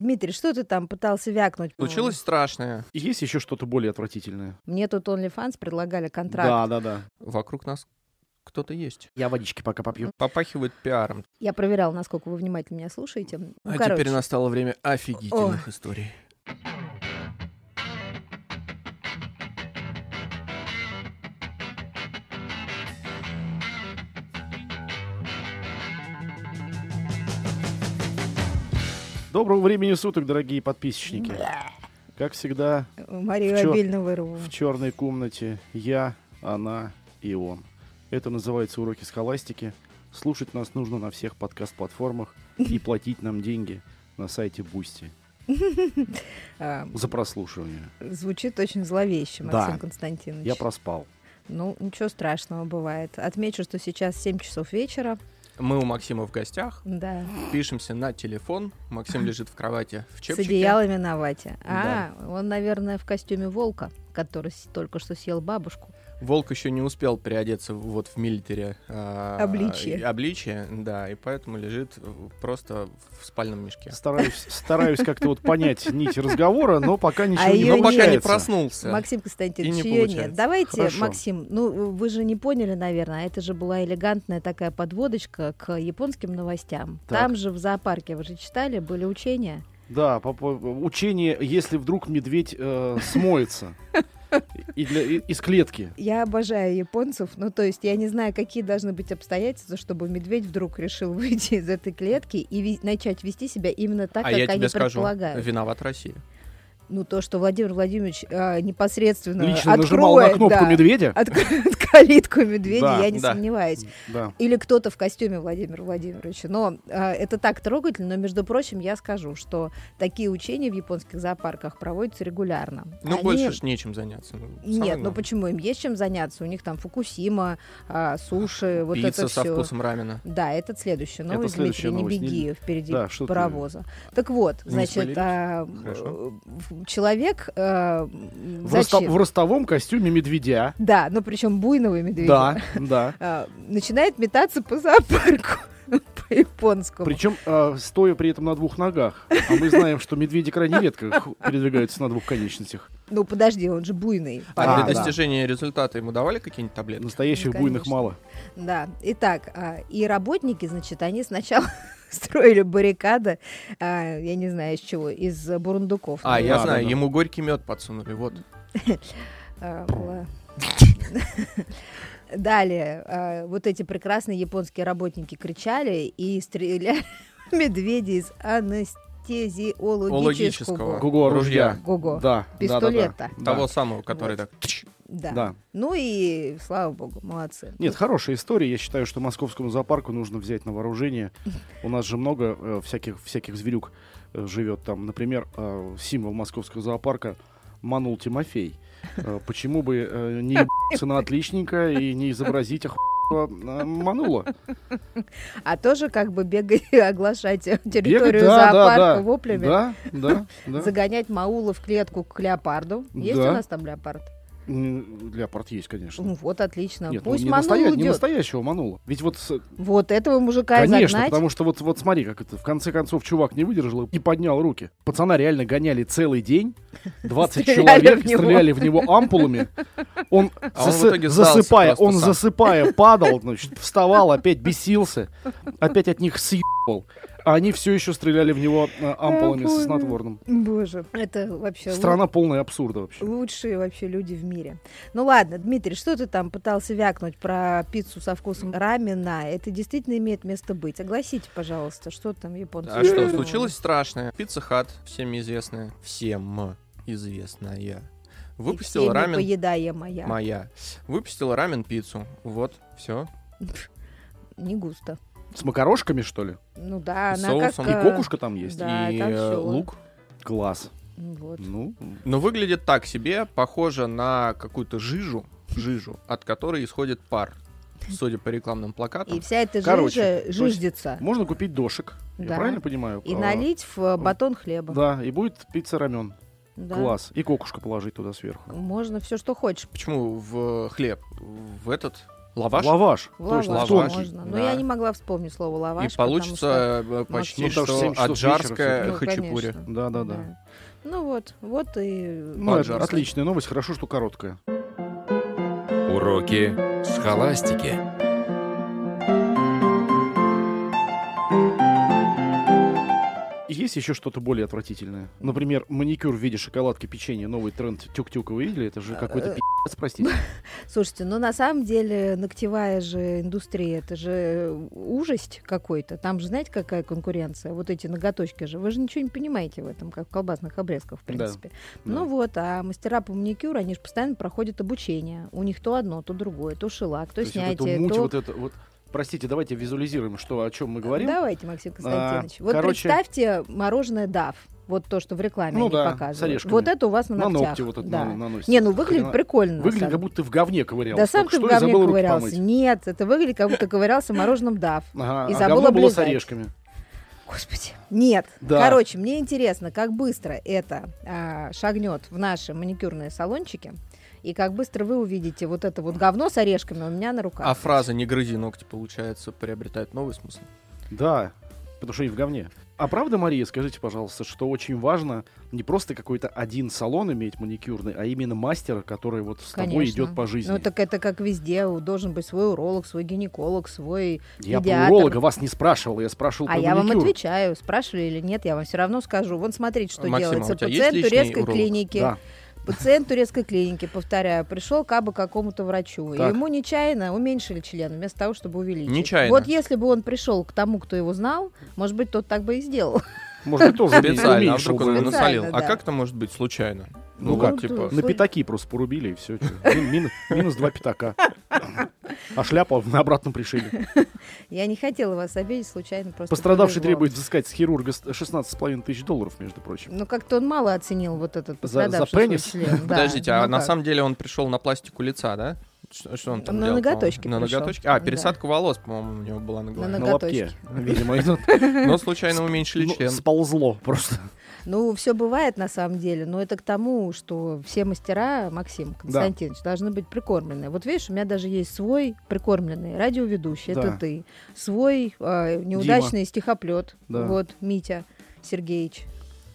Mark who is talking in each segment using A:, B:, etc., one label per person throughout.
A: Дмитрий, что ты там пытался вякнуть?
B: Случилось страшное.
C: Есть еще что-то более отвратительное?
A: Мне тут OnlyFans предлагали контракт.
C: Да, да, да.
B: Вокруг нас кто-то есть.
C: Я водички пока попью.
B: Попахивает пиаром.
A: Я проверяла, насколько вы внимательно меня слушаете. Ну,
B: А
A: короче.
B: теперь настало время офигительных историй.
C: Доброго времени суток, дорогие подписчики. Как всегда,
A: Марию
C: В чё?
A: обильно вырву.
C: в черной комнате я, она и он. Это называется уроки схоластики. Слушать нас нужно на всех подкаст-платформах и платить нам деньги на сайте Бусти
A: А,
C: за прослушивание.
A: звучит очень зловеще,
C: Да.
A: Максим Константинович.
C: Я проспал.
A: Ну, ничего страшного бывает. Отмечу, что сейчас 7 часов вечера.
B: Мы у Максима в гостях,
A: Да.
B: пишемся на телефон. Максим лежит в кровати в
A: С
B: чепчике.
A: одеялами на вате. А, он, наверное, в костюме волка, который с- только что съел бабушку.
B: Волк еще не успел переодеться вот в милитаре. а,
A: Обличье.
B: и- Обличье, да, и поэтому лежит э, просто в спальном мешке.
C: Стараюсь, стараюсь как-то вот понять нить разговора, но пока ничего не
A: А её
B: Но пока не
C: получается.
B: проснулся.
A: Максим Константинович,
B: И не
A: ее нет.
B: получается.
A: Давайте,
C: Хорошо.
A: Максим, ну вы же не поняли, наверное, а это же была элегантная такая подводочка к японским новостям.
C: Так.
A: Там же в зоопарке, вы же читали, были учения.
C: Да, по- по- учение, если вдруг медведь э, смоется и для- и- из клетки.
A: Я обожаю японцев, ну то есть я не знаю, какие должны быть обстоятельства, чтобы медведь вдруг решил выйти из этой клетки и ви- начать вести себя именно так,
B: а
A: как
B: я
A: они
B: тебе скажу,
A: предполагают.
B: виноват Россия.
A: Ну то, что Владимир Владимирович а, непосредственно
C: Лично
A: откроет,
C: нажимал на кнопку
A: да, А
C: медведя.
A: откроет калитку медведя,
C: Да,
A: я не
B: да.
A: сомневаюсь.
C: Да.
A: Или кто-то в костюме Владимира Владимировича. Но а, это так трогательно, но, между прочим, я скажу, что такие учения в японских зоопарках проводятся регулярно.
B: Ну,
A: Они-
B: больше ж нечем заняться. ну, самое
A: Нет, ну
B: главное.
A: почему? Им есть чем заняться. У них там Фукусима, а, суши, вот
B: Пицца
A: это
B: со
A: все.
B: вкусом рамена.
A: Да, это следующая
C: Это
A: новость,
C: следующая
A: Дмитрий,
C: новость.
A: не беги впереди
C: Да, что ты-
A: паровоза. Так вот,
B: Не
A: значит,
B: спойлерить?
A: а, м,
B: Хорошо.
A: в- человек... а, м,
C: В, роста-
A: зачем?
C: в ростовом костюме медведя.
A: Да, но причем буйного медведя.
C: Да, да.
A: а, начинает метаться по зоопарку по японскому.
C: Причем э, стоя при этом на двух ногах. А мы знаем, что медведи крайне редко ху- передвигаются на двух конечностях.
A: Ну подожди, он же буйный.
B: А,
C: А,
B: для
C: да.
B: достижения результата ему давали какие-нибудь таблетки?
C: Настоящих
A: Ну,
C: буйных
A: конечно.
C: мало.
A: Да. Итак, а, и работники, значит, они сначала строили баррикады, а, я не знаю из чего, из э, бурундуков.
B: А, я
C: Да,
B: знаю,
C: да, да.
B: ему горький мед подсунули, вот.
A: А, ла- Далее, а, вот эти прекрасные японские работники кричали и стреляли в медведей из анестезиологического
B: Ологического.
C: Гуго
B: Ружья.
C: ружья.
A: Гого.
C: Да. да, да, да.
A: Пистолета.
C: Да.
B: Того самого, который
A: Вот.
B: так... тч.
A: Да.
C: Да.
A: Ну и слава богу, молодцы.
C: Нет, хорошая история. Я считаю, что московскому зоопарку нужно взять на вооружение. У нас же много э, всяких, всяких зверюк э, живет там. Например, э, символ московского зоопарка Манул Тимофей. Э, почему бы э, не ебаться на отличника и не изобразить ох... Манула.
A: А тоже как бы бегать и оглашать территорию
C: Бегать, да, да,
A: зоопарка
C: да.
A: воплями.
C: Да, да, да.
A: Загонять маула в клетку к леопарду. Есть
C: Да.
A: у нас там леопард?
C: М, Леопард есть,
A: Ну
C: конечно.
A: вот, отлично.
C: Нет, ну,
A: Пусть
C: не,
A: Манул
C: настоя- не
A: идет.
C: настоящего Манула. Ведь вот, с-
A: Вот этого мужика и
C: конечно,
A: загнать.
C: потому что вот, вот смотри, как это, в конце концов, чувак не выдержал и поднял руки. Пацана реально гоняли целый день, 20
A: Стреляли
C: человек
A: в него.
C: стреляли в него ампулами. Он,
B: А он
C: засы-
B: в итоге сдался
C: засыпая,
B: просто
C: он
B: сам.
C: засыпая, падал, значит, вставал, опять бесился, опять от них съебал. А они все еще стреляли в него э, ампулами
A: Ампулами.
C: со снотворным.
A: Боже, это вообще лу-
C: Страна полная абсурда вообще.
A: лучшие вообще люди в мире. Ну ладно, Дмитрий, что ты там пытался вякнуть про пиццу со вкусом рамена? Это действительно имеет место быть. Согласите, пожалуйста, что там японцы?
B: А что,
A: придумали?
B: случилось страшное? Пицца Хат, всем известная, всем известная,
A: И
B: выпустила
A: всеми
B: рамен...
A: поедая моя.
B: Моя. Выпустила рамен пиццу. Вот, все.
A: Не густо.
C: С макарошками, что ли?
A: Ну да,
B: И
A: она
B: соусом.
C: И
A: как... э,
C: кокушка там есть.
A: Да,
B: И
A: там
B: э,
A: всё.
B: лук.
C: Класс.
A: Вот.
C: Ну,
B: Но выглядит так себе, похоже на какую-то жижу, жижу, от которой исходит пар. Судя по рекламным плакатам.
A: И вся эта
C: Короче,
A: жижа жиждется.
C: можно купить дошек.
A: Да.
C: Я правильно понимаю?
A: И
C: А,
A: налить в э, батон хлеба.
C: Да, и будет пицца рамен.
A: Да.
C: Класс. И кокушка положить туда сверху.
A: Можно все, что хочешь.
B: Почему в хлеб? В этот Лаваш?
C: Лаваш.
A: Лаваш,
C: Точно,
B: лаваш.
C: тонкий.
A: можно. Но
B: да.
A: я не могла вспомнить слово
B: И
A: лаваш. потому что-
B: получится э, почти
C: Ну, там же
B: что
C: семь часов вечера
B: аджарская
C: всё-таки.
A: Ну,
B: хачапури.
A: конечно.
C: Да, да, да.
A: Ну вот, вот и...
C: Ну, это
B: Поджарка.
C: отличная новость, хорошо, что короткая.
D: Уроки схоластики.
C: И Есть еще что-то более отвратительное. Например, маникюр в виде шоколадки, печенья, новый тренд тюк-тюка. Вы видели? Это же какой-то
A: Э,
C: пи***ц, простите.
A: Слушайте, ну на самом деле ногтевая же индустрия, это же э, ужасть какой-то. Там же знаете, какая конкуренция? Вот эти ноготочки же. Вы же ничего не понимаете в этом, как в колбасных обрезках, в
C: Да,
A: принципе.
C: да.
A: Ну вот, а мастера по маникюру, они же постоянно проходят обучение. У них то одно, то другое, то шелак, то,
C: есть вот эту
A: снятие,
C: муть,
A: то...
C: вот это вот. Простите, давайте визуализируем, что о чем мы говорим.
A: Давайте, Максим Константинович.
C: А,
A: вот
C: короче-
A: представьте мороженое DAF. Вот то, что в рекламе
C: Ну
A: они
C: да, с
A: показывают.
C: орешками.
A: Вот это у вас на
C: На
A: ногтях.
C: ногти вот это
A: да.
C: на- наносит.
A: Не, ну выглядит
C: Хрена-
A: прикольно. на
C: Выглядит,
A: самом
C: как будто ты в говне ковырялся.
A: Да сам ты
C: Только
A: в
C: что и
A: говне
C: забыл руки
A: ковырялся.
C: помыть.
A: Нет, это выглядит, как будто ковырялся мороженым дав.
C: Ага,
A: И
C: а
A: забыл
C: говно было с
A: облизать.
C: орешками.
A: Господи. Нет.
C: Да.
A: Короче, мне интересно, как быстро это а, шагнет в наши маникюрные салончики. И как быстро вы увидите вот это вот говно с орешками у меня на руках.
B: А фраза «не грызи ногти» получается приобретает новый смысл.
C: Да, потому что они в говне. А правда, Мария, скажите, пожалуйста, что очень важно не просто какой-то один салон иметь маникюрный, а именно мастера, который вот с тобой
A: Конечно.
C: идет по жизни.
A: Ну так это как везде. у- Должен быть свой уролог, свой гинеколог, свой
C: Я про
A: медиатор.
C: уролога вас не спрашивал, я спрашивал
A: А
C: про
A: я вам
C: маникюр.
A: отвечаю, спрашивали или нет, я вам все равно скажу. Вон смотрите, что
B: Максим, а у
A: делается.
B: тебя есть
A: Пациент
B: лишний
A: турецкой
B: уролог?
A: клиники.
C: Да.
A: Пациент турецкой клиники, повторяю, пришел к абы какому-то врачу.
C: Так.
A: И ему нечаянно уменьшили член, вместо того, чтобы увеличить.
B: Нечаянно.
A: Вот если бы он пришел к тому, кто его знал, может быть, тот так бы и сделал.
C: Может, ты тоже
B: Специально, а
C: уменьшил
B: вдруг
C: бы.
B: он ему
A: Специально,
B: насолил. А
A: да.
B: как это может быть случайно?
C: Ну
B: вот,
C: как,
B: типа,
A: тут-
C: На пятаки просто порубили, и все. Минус два пятака. А шляпа на обратном пришили.
A: Я не хотела вас обидеть, случайно просто.
C: Пострадавший
A: повезло.
C: требует взыскать с хирурга с- 16,5 тысяч долларов, между прочим.
A: Ну, как-то он мало оценил вот этот
C: За- за
A: пострадавший свой
C: пенис?
A: член. Да,
B: Подождите, а
A: ну
B: на
A: как?
B: самом деле он пришел на пластику лица, да? Что, что он там
A: На
B: делал,
A: ноготочки
B: по-моему? На
A: пришел.
B: ноготочки? А,
A: Да.
B: пересадка волос, по-моему, у него была на голове.
A: На
C: На
A: ноготочки.
C: лобке, видимо. И тут,
B: Но случайно уменьшили
C: ну,
B: член.
C: Сползло просто.
A: Ну, все бывает на самом деле, но это к тому, что все мастера, Максим Константинович, должны быть прикормлены. Вот видишь, у меня даже есть свой прикормленный радиоведущий,
C: Да.
A: это ты. Свой э, неудачный стихоплет,
C: Да.
A: вот, Митя Сергеевич.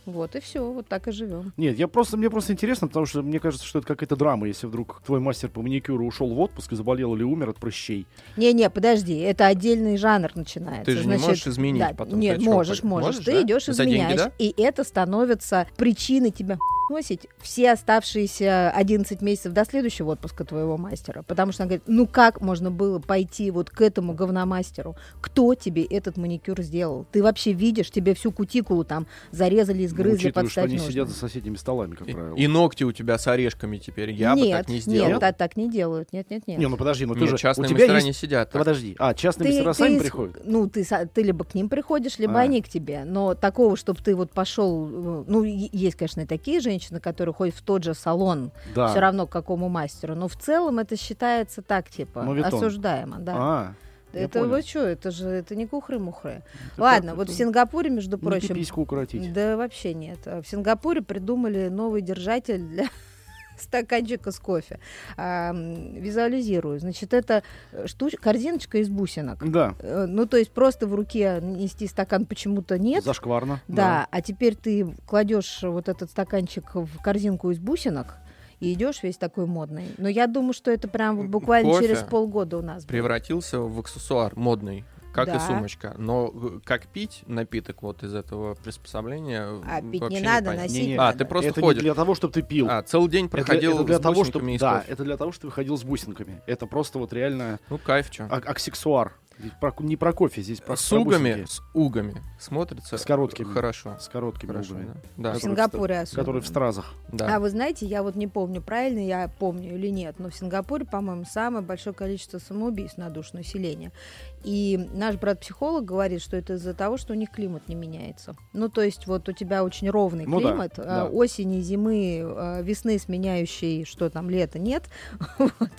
A: Вот и все, вот так и живем.
C: Нет, я просто, мне просто интересно, потому что мне кажется, что это какая-то драма, если вдруг твой мастер по маникюру ушел в отпуск и заболел или умер от прыщей.
A: Не-не, подожди, это отдельный жанр начинается.
B: Ты же не
A: Значит,
B: можешь изменить
A: да,
B: потом.
A: Нет,
B: Ты чё,
A: можешь,
B: пой-
A: можешь. Ты
B: да?
A: идешь и
B: За деньги,
A: изменяешь.
B: да?
A: И это становится причиной тебя носить все оставшиеся 11 месяцев до следующего отпуска твоего мастера. Потому что она говорит, ну как можно было пойти вот к этому говномастеру? Кто тебе этот маникюр сделал? Ты вообще видишь, тебе всю кутикулу там зарезали,
C: Ну,
A: изгрызли,
C: учитывая, что
A: подстать
C: они
A: нужно.
C: сидят за соседними столами, как
B: И-
C: правило.
B: И ногти у тебя с орешками теперь. Я бы
A: нет,
B: так не
A: Нет,
B: сделал.
A: та- так не делают. Нет, нет, нет.
C: Не, ну подожди, ну ты
B: Нет,
C: же...
B: частные
C: у тебя
B: мастера
C: есть-
B: не сидят. так.
C: Подожди. А, частные мастера сами
A: из-
C: приходят?
A: Ну, ты, са- ты либо к ним приходишь, либо
C: А.
A: они к тебе. Но такого, чтобы ты вот пошел... Ну, е- есть, конечно, и такие женщины, которые ходят в тот же салон,
C: Да.
A: все равно к какому мастеру. Но в целом это считается так, типа,
C: Моветон.
A: осуждаемо. Да.
C: Ну, А, я
A: это
C: понял.
A: вы что, это же это не кухры-мухры.
C: Это
A: Ладно,
C: как
A: вот
C: это?
A: в Сингапуре, между
C: Ну, ты
A: прочим...
C: письку укоротить.
A: да вообще нет. А В Сингапуре придумали новый держатель для стаканчика с кофе. А, м, визуализирую. Значит, это штуч... корзиночка из бусинок.
C: Да.
A: Э, Ну, то есть просто в руке нести стакан почему-то нет.
C: Зашкварно.
A: Да, а теперь ты кладешь вот этот стаканчик в корзинку из бусинок и идешь весь такой модный. Но я думаю, что это прям вот буквально
B: Кофе
A: через полгода у нас. будет.
B: Превратился в аксессуар модный. Как
A: Да.
B: и сумочка. Но э, как пить напиток вот из этого приспособления
A: А
B: м,
A: пить
B: вообще
A: не надо,
B: понятно.
A: носить
C: Не-не.
A: надо.
B: А, ты просто
C: это
B: ходишь.
C: не для того, чтобы ты пил.
B: А, целый день
C: Это для-
B: проходил
C: это для
B: с
C: того,
B: бусинками
C: чтобы
B: из
C: да,
B: кофе.
C: это для того, чтобы ты ходил с бусинками. Это просто вот реально
B: Ну, кайф, чё.
C: а- аксессуар. Здесь про- не про кофе, здесь про
B: с
C: про
B: угами,
C: бусинки.
B: с угами смотрится
C: С короткими.
B: хорошо.
C: с короткими
B: Хорошо,
C: угами,
B: да.
A: в
B: Да,
C: Которые
A: Сингапуре особенно.
C: которые в стразах.
B: да.
A: А вы знаете, я вот не помню, правильно я помню или нет, но в Сингапуре, по-моему, самое большое количество самоубийств на душу населения. И наш брат-психолог говорит, что это из-за того, что у них климат не меняется. Ну, то есть вот у тебя очень ровный
C: Ну да,
A: климат, э,
C: да.
A: осени, зимы, э, весны сменяющей, что там, лето нет. Вот.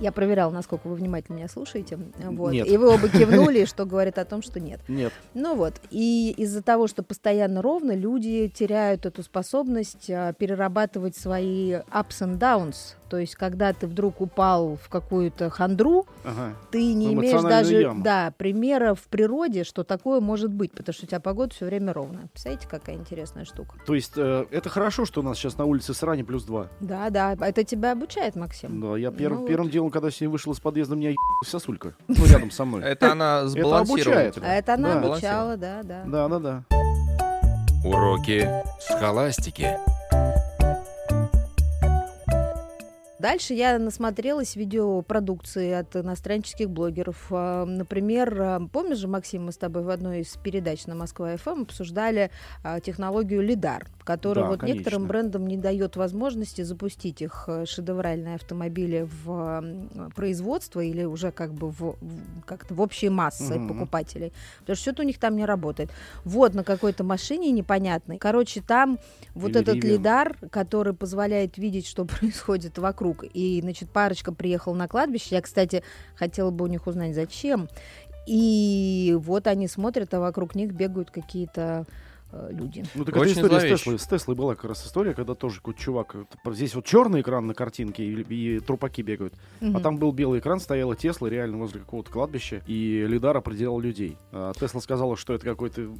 A: Я проверяла, насколько вы внимательно меня слушаете. Вот.
C: Нет.
A: И вы оба кивнули, что говорит о том, что нет.
C: Нет.
A: Ну вот, и из-за того, что постоянно ровно, люди теряют эту способность а, перерабатывать свои ups and downs То есть, когда ты вдруг упал в какую-то хандру,
C: Ага.
A: ты не
C: В
A: имеешь
C: эмоциональную
A: даже
C: яму.
A: да, примера в природе, что такое может быть, потому что у тебя погода все время ровная. Представляете, какая интересная штука.
C: То есть э, это хорошо, что у нас сейчас на улице срани плюс два.
A: Да, да, это тебя обучает, Максим.
C: Да, я первым,
A: Ну вот.
C: первым делом, когда сегодня вышел из подъезда, меня ебалась сосулька. Ну, рядом со мной.
B: Это она сбалансировала.
C: обучает.
B: тебя.
A: А это она
C: Ну, Да.
A: обучала, да, да.
C: Да, да, да.
D: Уроки схоластики.
A: Дальше я насмотрелась видеопродукции от иностранческих блогеров. А, Например, а, помнишь же, Максим, мы с тобой в одной из передач на Москва ФМ обсуждали а, технологию лидар, которая
C: Да,
A: вот
C: конечно.
A: некоторым брендам не дает возможности запустить их э, шедевральные автомобили в а, м, производство или уже как бы в, в- как-то в общие массы
C: Мгм.
A: покупателей, потому что что-то у них там не работает. Вот на какой-то машине непонятной. Короче, там вот
C: Или
A: этот
C: Rivian.
A: лидар, который позволяет видеть, что происходит вокруг. И, значит, парочка приехала на кладбище. Я, кстати, хотела бы у них узнать, зачем. И вот они смотрят, а вокруг них бегают какие-то э, люди.
C: Ну, такая
B: Очень
C: история с
B: зловеще.
C: Теслой. С Теслой была как раз история, когда тоже какой-то чувак... э, т- Здесь вот черный экран на картинке, и, и трупаки бегают. А
A: Мгм.
C: там был белый экран, стояла Тесла реально возле какого-то кладбища, и Лидар определял людей. А Тесла сказала, что это какой-то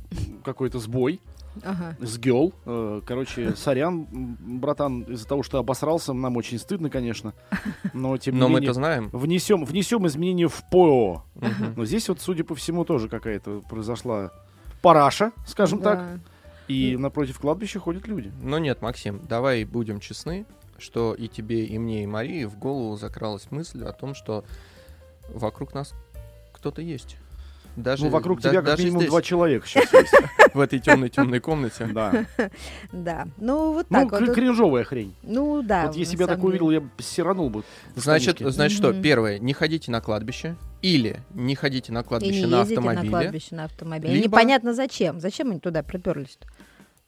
C: какой-то сбой,
A: Ага.
C: сгел. Э, Короче, сорян, м, братан, из-за того, что обосрался, нам очень стыдно, конечно. Но тем не
B: Но мы
C: менее...
B: это знаем.
C: Внесем, внесем изменения в ПО.
B: Мгм.
C: Но здесь вот, судя по всему, тоже какая-то произошла параша, скажем так.
A: Да. Ну.
C: И напротив кладбища ходят люди.
B: Но нет, Максим, давай будем честны, что и тебе, и мне, и Марии в голову закралась мысль о том, что вокруг нас кто-то есть. Даже,
C: ну, вокруг
B: да-
C: тебя как
B: даже
C: минимум
B: здесь,
C: два человека сейчас есть.
B: в этой темной-темной комнате.
C: Да.
A: Да. Ну, вот
C: Ну,
A: так
C: кр-
A: вот.
C: кринжовая хрень.
A: Ну, да.
C: Вот если
A: на
C: бы я
A: самом
C: такое
A: деле.
C: увидел, я бы сиранул бы. в
B: Значит,
C: штанишке.
B: значит что,
A: Мгм.
B: первое, не ходите на кладбище, или не ходите на
A: И не
B: кладбище на
A: ездите на
B: автомобиле.
A: кладбище на автомобиле.
B: Либо-
A: Непонятно зачем. Зачем они туда приперлись-то?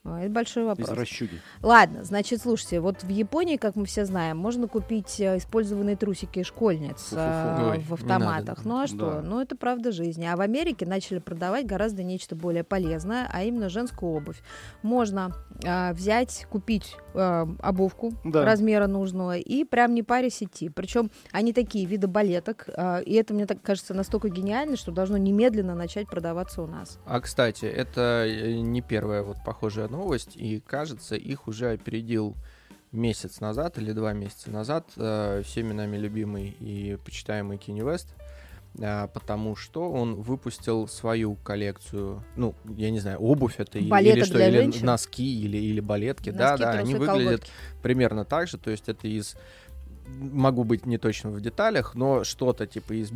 A: А, Это большой
C: Из
B: э,
A: вопрос.
C: расчуги.
A: Ладно, значит, слушайте, вот в Японии, как мы все знаем, можно купить э, использованные трусики школьниц
C: Фу-фу-фу.
A: э,
B: Ой,
A: в
B: не
A: автоматах.
B: надо.
A: Ну а что?
C: Да.
A: Ну это правда жизни. А в Америке начали продавать гораздо нечто более полезное, а именно женскую обувь. Можно э, взять, купить э, обувку
C: Да.
A: размера нужного и прям не парясь идти. Причем они такие виды балеток, э, и это мне так кажется настолько гениально, что должно немедленно начать продаваться у нас.
B: А кстати, это э, не первая вот похожая новость, и кажется, их уже опередил месяц назад или два месяца назад э, всеми нами любимый и почитаемый Кенни Вест, э, потому что он выпустил свою коллекцию, ну, я не знаю, обувь это или,
A: Балеток
B: или что,
A: для
B: или
A: женщин?
B: носки, или, или балетки,
A: Носки,
B: да, да,
A: трусы,
B: они выглядят
A: колготки.
B: примерно так же, то есть это из могу быть не точно в деталях, но что-то типа из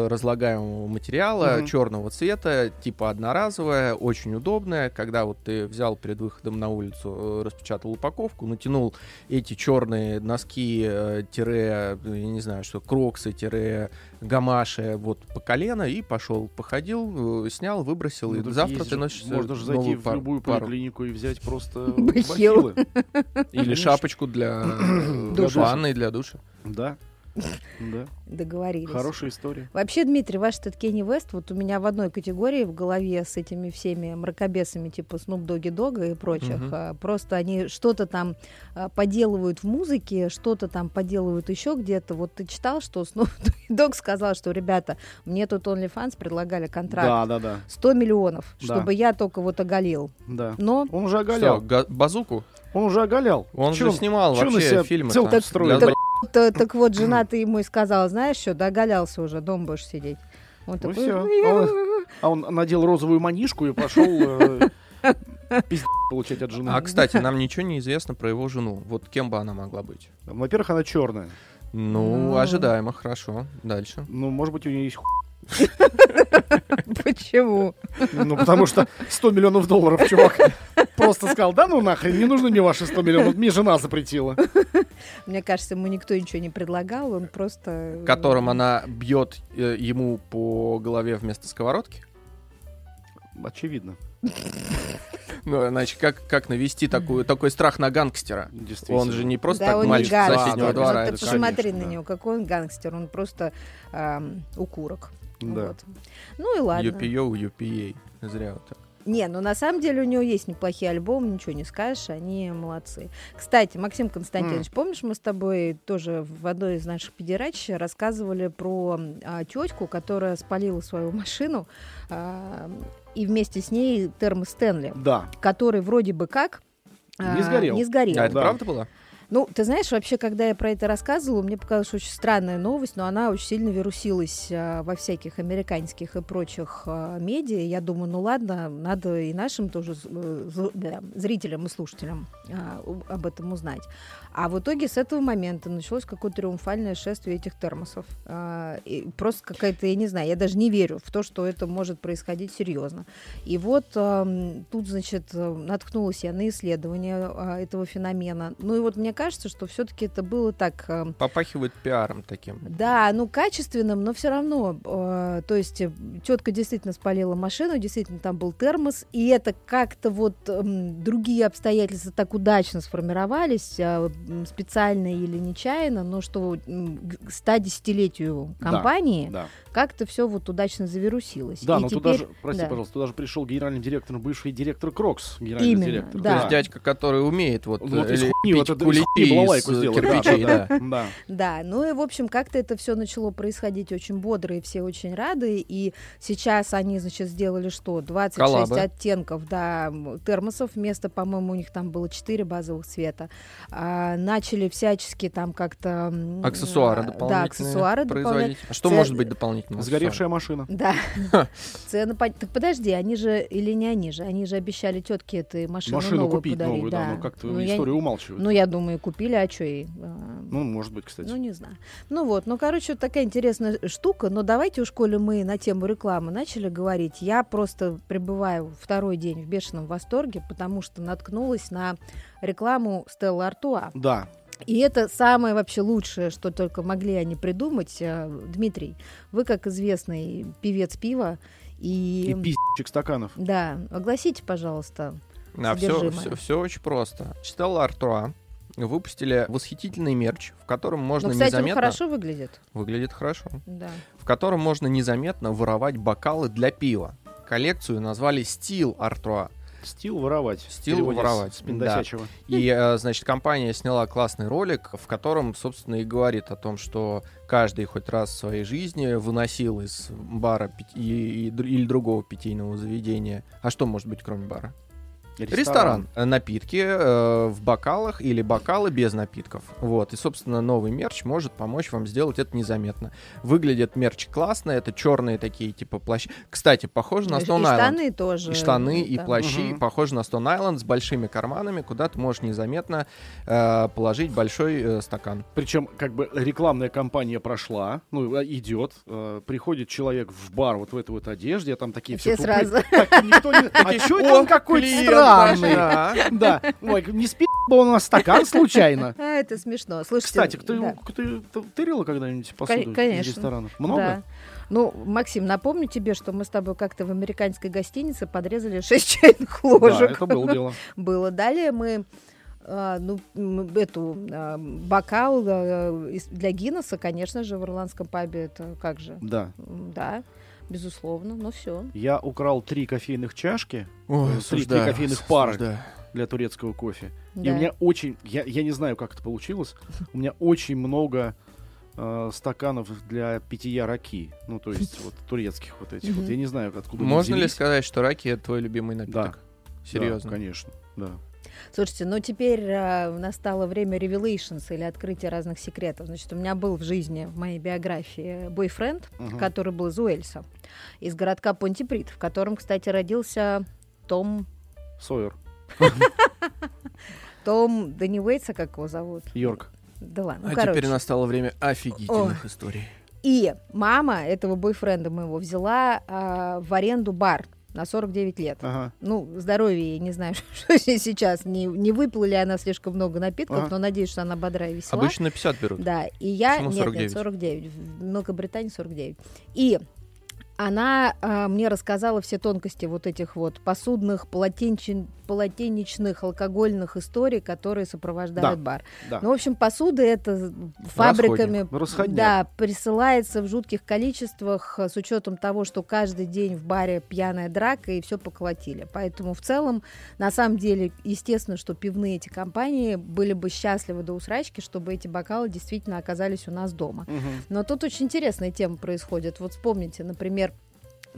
B: биоразлагаемого материала
C: Мгм.
B: черного цвета, типа одноразовое, очень удобное, когда вот ты взял перед выходом на улицу, э, распечатал упаковку, натянул эти черные носки, э, тире, э, я не знаю, что, кроксы, тире, гамаши, вот по колено и пошел, походил, э, снял, выбросил,
C: Ну,
B: и
C: так
B: завтра
C: есть
B: ты
C: же-
B: носишь э,
C: Можно же
B: новую
C: зайти в
B: пар-
C: любую
B: пару.
C: поликлинику и взять просто
A: Бахилы.
C: бахилы.
B: Или
C: Конечно.
B: шапочку для э,
C: Душа.
B: ванны, для душа.
C: Да. Да.
A: Договорились.
C: Хорошая история.
A: Вообще, Дмитрий, ваш этот Кенни Вест, вот у меня в одной категории в голове с этими всеми мракобесами типа Snoop Doggy Dogg и прочих.
B: Мгм.
A: а, Просто они что-то там а, поделывают в музыке, что-то там поделывают еще где-то. Вот ты читал, что Snoop Doggy Dogg сказал, что, ребята, мне тут OnlyFans предлагали контракт.
C: Да, да, да.
A: 100 миллионов,
C: Да.
A: чтобы я только вот оголил.
C: Да.
A: Но
C: Он уже
B: Что,
C: оголял.
B: га- базуку?
C: Он уже оголял.
B: Он
C: Чё
B: же снимал
C: чё он из
B: вообще
C: себя
B: фильмы.
C: целку
B: там,
C: строит?
B: для-
A: т- так вот, жена ты ему и сказала, знаешь что, доголялся уже, дома будешь сидеть. Он
C: Ну
A: такой,
C: все.
A: «Ну, я-
C: А он надел розовую манишку и пошел пиздец получать от жены.
B: А, кстати, нам ничего не известно про его жену. Вот кем бы она могла быть?
C: Во-первых, она черная.
B: Ну,
A: Ну.
B: ожидаемо, хорошо. Дальше.
C: Ну, может быть, у нее есть хуй.
A: Почему?
C: Ну, потому что 100 миллионов долларов, чувак, просто сказал, да ну нахрен, не нужны мне ваши 100 миллионов, мне жена запретила.
A: Мне кажется, ему никто ничего не предлагал, он просто...
B: Которым она бьет э, ему по голове вместо сковородки.
C: Очевидно,
B: Ну, иначе как, как навести такую, такой страх на гангстера?
C: действительно.
B: Он же не просто
A: да,
B: так
A: он
B: мальчик
A: не
B: с
A: гангстер.
B: соседнего
C: Да, да,
B: двора.
A: Ну, ты
B: это
C: конечно,
A: посмотри на
C: да.
A: него, какой он гангстер, он просто эм, укурок.
C: Да.
A: Вот. Ну и ладно.
B: UPO, UPA. Зря вот так.
A: Не, ну на самом деле у него есть неплохие альбомы, ничего не скажешь, они молодцы. Кстати, Максим Константинович, помнишь, мы с тобой тоже в одной из наших педерач рассказывали про а, тетку, которая спалила свою машину, а, и вместе с ней термос Стэнли,
C: Да.
A: который вроде бы как а,
C: Не сгорел.
A: Не сгорел.
B: А это
C: Да.
B: правда было?
A: Ну, ты знаешь, вообще, когда я про это рассказывала, мне показалась очень странная новость, но она очень сильно вирусилась а, во всяких американских и прочих а, медиа. Я думаю, ну ладно, надо и нашим тоже з- э, зл- да, зрителям и слушателям а, у- об этом узнать. А в итоге с этого момента началось какое-то триумфальное шествие этих термосов. А, и просто какая-то, я не знаю, я даже не верю в то, что это может происходить серьезно. И вот эм, тут, значит, э, наткнулась я на исследование э, этого феномена. Ну и вот мне кажется, что все-таки это было так. эм,
B: Попахивает пиаром таким.
A: да, ну качественным, но все равно. э, то есть тетка действительно спалила машину, действительно там был термос, и это как-то вот эм, другие обстоятельства так удачно сформировались, э, м, специально или нечаянно, но что м, к 110-летию
C: Да,
A: компании
C: Да,
A: как-то все вот удачно завирусилось.
C: да
A: И
C: но туда
A: теперь-
C: же, прости,
A: да.
C: пожалуйста, туда же пришел генеральный директор, бывший директор Крокс, генеральный
A: Именно,
C: директор.
A: да.
B: То есть дядька, который умеет вот,
C: Вот
B: э,
C: из
B: лепить
C: хуйни, вот это из
B: куличи
C: хуйни балалайку
B: из, э,
C: сделать. да,
B: кирпичей,
C: да,
B: да.
C: да. да.
A: Да, ну и, в общем, как-то это все начало происходить очень бодро, и все очень рады. И сейчас они, значит, сделали что? 26
B: Коллабы.
A: оттенков, да, м, термосов. Вместо, по-моему, у них там было 4 базовых цвета. А, начали всячески там как-то... м,
B: Аксессуары
A: а,
B: дополнительные.
A: Да, аксессуары дополнительные.
B: производить. А что
A: Ц-
B: может быть дополнительным?
C: Сгоревшая машина.
A: Да. Цены пон- Так подожди, они же, или не они же, они же обещали тетке этой машину,
C: Машину
A: Ну, новую
C: купить
A: подарить.
C: новую, да,
A: да.
C: но как-то
A: Ну, я-
C: историю умалчивают.
A: Ну, я думаю, купили, а что и... а,
C: Ну, может быть, кстати.
A: Ну, не знаю. Ну вот, ну, короче, вот такая интересная штука. Но давайте уж, коли мы на тему рекламы начали говорить, я просто пребываю второй день в бешеном восторге, потому что наткнулась на рекламу Стелла Артуа.
C: Да.
A: И это самое вообще лучшее, что только могли они придумать. Э, Дмитрий, вы, как известный певец пива,
C: И
A: и...
C: пиздчик стаканов.
A: Да, огласите, пожалуйста. Ну,
B: Да, все,
A: Содержимое.
B: очень просто. Читала Артуа. Выпустили восхитительный мерч, в котором можно
A: ну, кстати, он
B: незаметно...
A: хорошо выглядит.
B: Выглядит хорошо.
A: Да.
B: В котором можно незаметно воровать бокалы для пива. Коллекцию назвали «Стил Артуа».
C: Стил воровать.
B: Стил
C: В переводе с-
B: воровать,
C: С пиндосячего.
B: И, э, значит, компания сняла классный ролик, в котором, собственно, и говорит о том, что каждый хоть раз в своей жизни выносил из бара пи- и- и др- или другого питейного заведения. А что может быть, кроме бара? Ресторан. Э, Напитки э, в бокалах или бокалы без напитков. Вот. И, собственно, новый мерч может помочь вам сделать это незаметно. Выглядит мерч классно. Это черные такие, типа, плащи. Кстати, похоже на
A: Э, и
B: Stone Island.
A: штаны тоже.
B: И
C: Э,
B: штаны, и
A: да.
B: плащи,
C: Мгм.
B: похожи на Stone Island, с большими карманами, куда ты можешь незаметно э, положить большой э, стакан.
C: Причем, как бы рекламная кампания прошла, ну, э, идет, э, приходит человек в бар вот в этой вот одежде, а там такие
A: Все
C: все тупые.
A: сразу.
C: Так, никто не- А чё это он какой-то странный? Да. Ой, не спи, бы он у нас стакан случайно.
A: А, это смешно. Слушайте,
C: Кстати, кто-
A: да.
C: ты ты тырила когда-нибудь посуду из
A: конечно.
C: ресторанов?
A: Да.
C: Много?
A: Ну, Максим, напомню тебе, что мы с тобой как-то в американской гостинице подрезали 6 чайных ложек.
C: это было дело.
A: Было. Далее мы а, ну, м, эту а, бокал а, из- для Гиннесса, конечно же, в ирландском пабе это как же?
C: Да.
A: М, Да, безусловно, ну но все.
C: Я украл три кофейных чашки
B: Ой,
C: Три-
B: осуждаю,
C: три кофейных пары.
B: осуждаю.
C: для турецкого кофе. И
A: Да.
C: у меня очень, я, я не знаю, как это получилось, у меня очень много э, стаканов для питья раки. Ну, то есть вот турецких вот этих вот.
A: Мгм.
C: Я не знаю, откуда они
B: Можно ли
C: взялись.
B: сказать, что раки это твой любимый напиток?
C: Да,
B: Серьезно.
C: конечно, да.
A: Слушайте, ну теперь а, настало время revelations или открытия разных секретов. Значит, у меня был в жизни, в моей биографии, бойфренд,
C: Мгм.
A: который был из Уэльса, из городка Понтиприт, в котором, кстати, родился Том...
C: Сойер,
A: Том Дэнни Уэйтса, как его зовут?
C: Йорк.
A: Да ладно, ну,
B: а
A: короче.
B: теперь настало время офигительных историй.
A: И мама этого бойфренда моего взяла а, в аренду бар на 49 лет.
C: Ага.
A: Ну, здоровье, я не знаю, что с ней сейчас. Не, не выпила ли она слишком много напитков,
C: Ага.
A: но надеюсь, что она бодрая и весела.
B: Обычно на 50 берут.
A: Да, и я...
B: Почему
A: Нет, нет,
B: 49?
A: 49. В Великобритании 49. И Она а, мне рассказала все тонкости вот этих вот посудных, полотенчен- полотенечных, алкогольных историй, которые сопровождают
C: Да.
A: бар.
C: Да.
A: Ну, в общем, посуда это фабриками
C: Расходняк.
A: да, присылается в жутких количествах э, с учетом того, что каждый день в баре пьяная драка и все поколотили. Поэтому в целом, на самом деле, естественно, что пивные эти компании были бы счастливы до усрачки, чтобы эти бокалы действительно оказались у нас дома.
C: Мгм.
A: Но тут очень интересная тема происходит. Вот вспомните, например,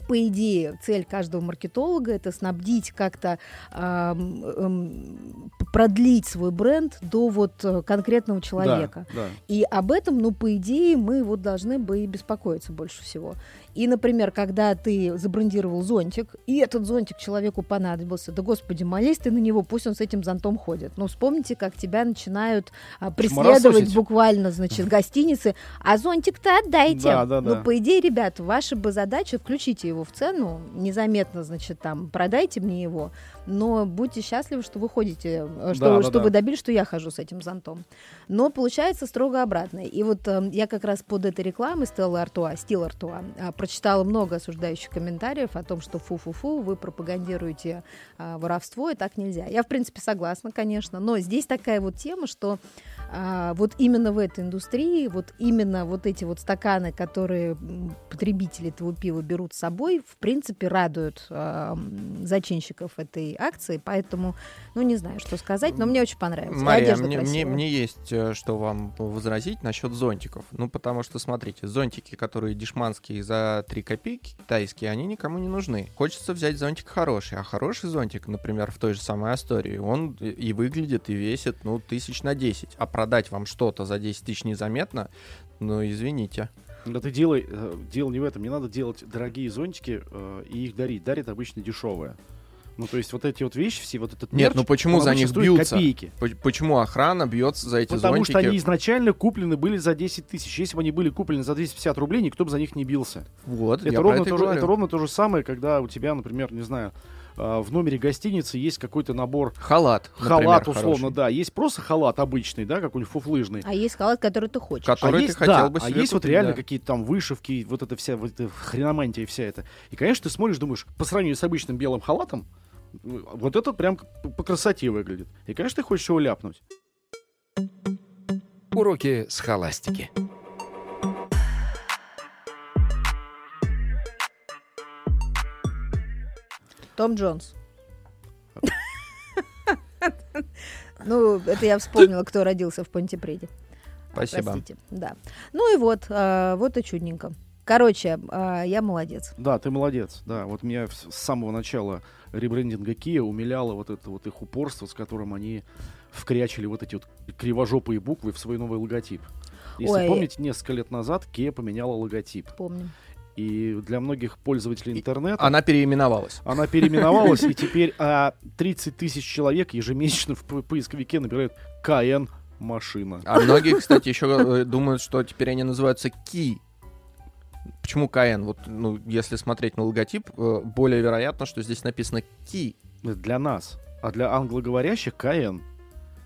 A: по идее, цель каждого маркетолога это снабдить как-то эм, эм, продлить свой бренд до вот э, конкретного человека.
C: Да, да.
A: И об этом, ну, по идее, мы вот должны бы и беспокоиться больше всего. И, например, когда ты забрендировал зонтик, и этот зонтик человеку понадобился, да, господи, молись ты на него, пусть он с этим зонтом ходит. Ну, вспомните, как тебя начинают а, преследовать
C: Шмарососить.
A: буквально, значит, гостиницы, а зонтик-то отдайте.
C: Да, да, да.
A: Ну, по идее, ребят, ваша бы задача, включите его в цену, незаметно, значит, там, продайте мне его, но будьте счастливы, что вы ходите, э, что,
C: Да, да,
A: что
C: да.
A: вы добились, что я хожу с этим зонтом. Но получается строго обратное. И вот эм, я как раз под этой рекламой Стелла Артуа, Стил Артуа, а, прочитала много осуждающих комментариев о том, что фу-фу-фу, вы пропагандируете а, воровство, и так нельзя. Я, в принципе, согласна, конечно, но здесь такая вот тема, что а, вот именно в этой индустрии, вот именно вот эти вот стаканы, которые м, потребители этого пива берут с собой, в принципе, радуют а, м, зачинщиков этой акции, поэтому, ну, не знаю, что сказать, но мне очень понравилось. И
B: Мария,
A: одежда
B: мне, мне,
A: красивая.
B: мне есть э, что вам возразить насчет зонтиков. Ну, потому что, смотрите, зонтики, которые дешманские за 3 копейки, китайские, они никому не нужны. Хочется взять зонтик хороший, а хороший зонтик, например, в той же самой истории, он и- и выглядит, и весит, ну, тысяч на 10. А продать вам что-то за 10 тысяч незаметно, ну, извините.
C: Да ты делай, э, дело не в этом. Не надо делать дорогие зонтики э, и их дарить. Дарят обычно дешевые. Ну, то есть вот эти вот вещи все, вот этот
B: Нет,
C: мерч,
B: ну почему
C: он
B: за
C: обычно
B: них
C: стоит
B: бьются?
C: копейки.
B: П- Почему охрана бьется за эти
C: Потому
B: зонтики?
C: что они изначально куплены были за 10 тысяч. Если бы они были куплены за 250 рублей, никто бы за них не бился.
B: Вот, я
C: Это
B: про
C: ровно,
B: это и
C: то же,
B: говорю.
C: это ровно то же самое, когда у тебя, например, не знаю, э, в номере гостиницы есть какой-то набор
B: Халат, например,
C: халат, условно,
B: хороший,
C: да. Есть просто халат обычный, да, какой-нибудь фуфлыжный.
A: А есть халат, который ты хочешь.
B: который
C: а
B: ты
C: есть,
B: хотел
C: да,
B: бы
C: а
B: себе
C: есть вот
B: купить,
C: реально
B: да.
C: какие-то там вышивки, вот эта вся вот эта хреномантия вся эта. И, конечно, ты смотришь, думаешь, по сравнению с обычным белым халатом, э, вот этот прям к- по по красоте выглядит. И, конечно, ты хочешь его ляпнуть.
D: Уроки с холастики.
A: Том Джонс. Ну, это я вспомнила, кто родился в Понтипреде.
B: Спасибо.
A: Простите, да. Ну и вот, а, вот и чудненько. Короче, а, я молодец.
C: Да, ты молодец. Да, вот меня в- с самого начала ребрендинга Kia умиляло вот это вот их упорство, с которым они вкрячили вот эти вот кривожопые буквы в свой новый логотип. Если
A: Ой.
C: помните, несколько лет назад Kia поменяла логотип.
A: Помню.
C: И для многих пользователей
B: И
C: интернета...
B: Она переименовалась.
C: Она переименовалась, и теперь а, 30 тысяч человек ежемесячно в п- поисковике набирают КН машина.
B: А многие, кстати, еще э, думают, что теперь они называются Ки. Почему КН? Вот, ну, если смотреть на логотип, э, более вероятно, что здесь написано Ки.
C: Это Для нас. А для англоговорящих КН.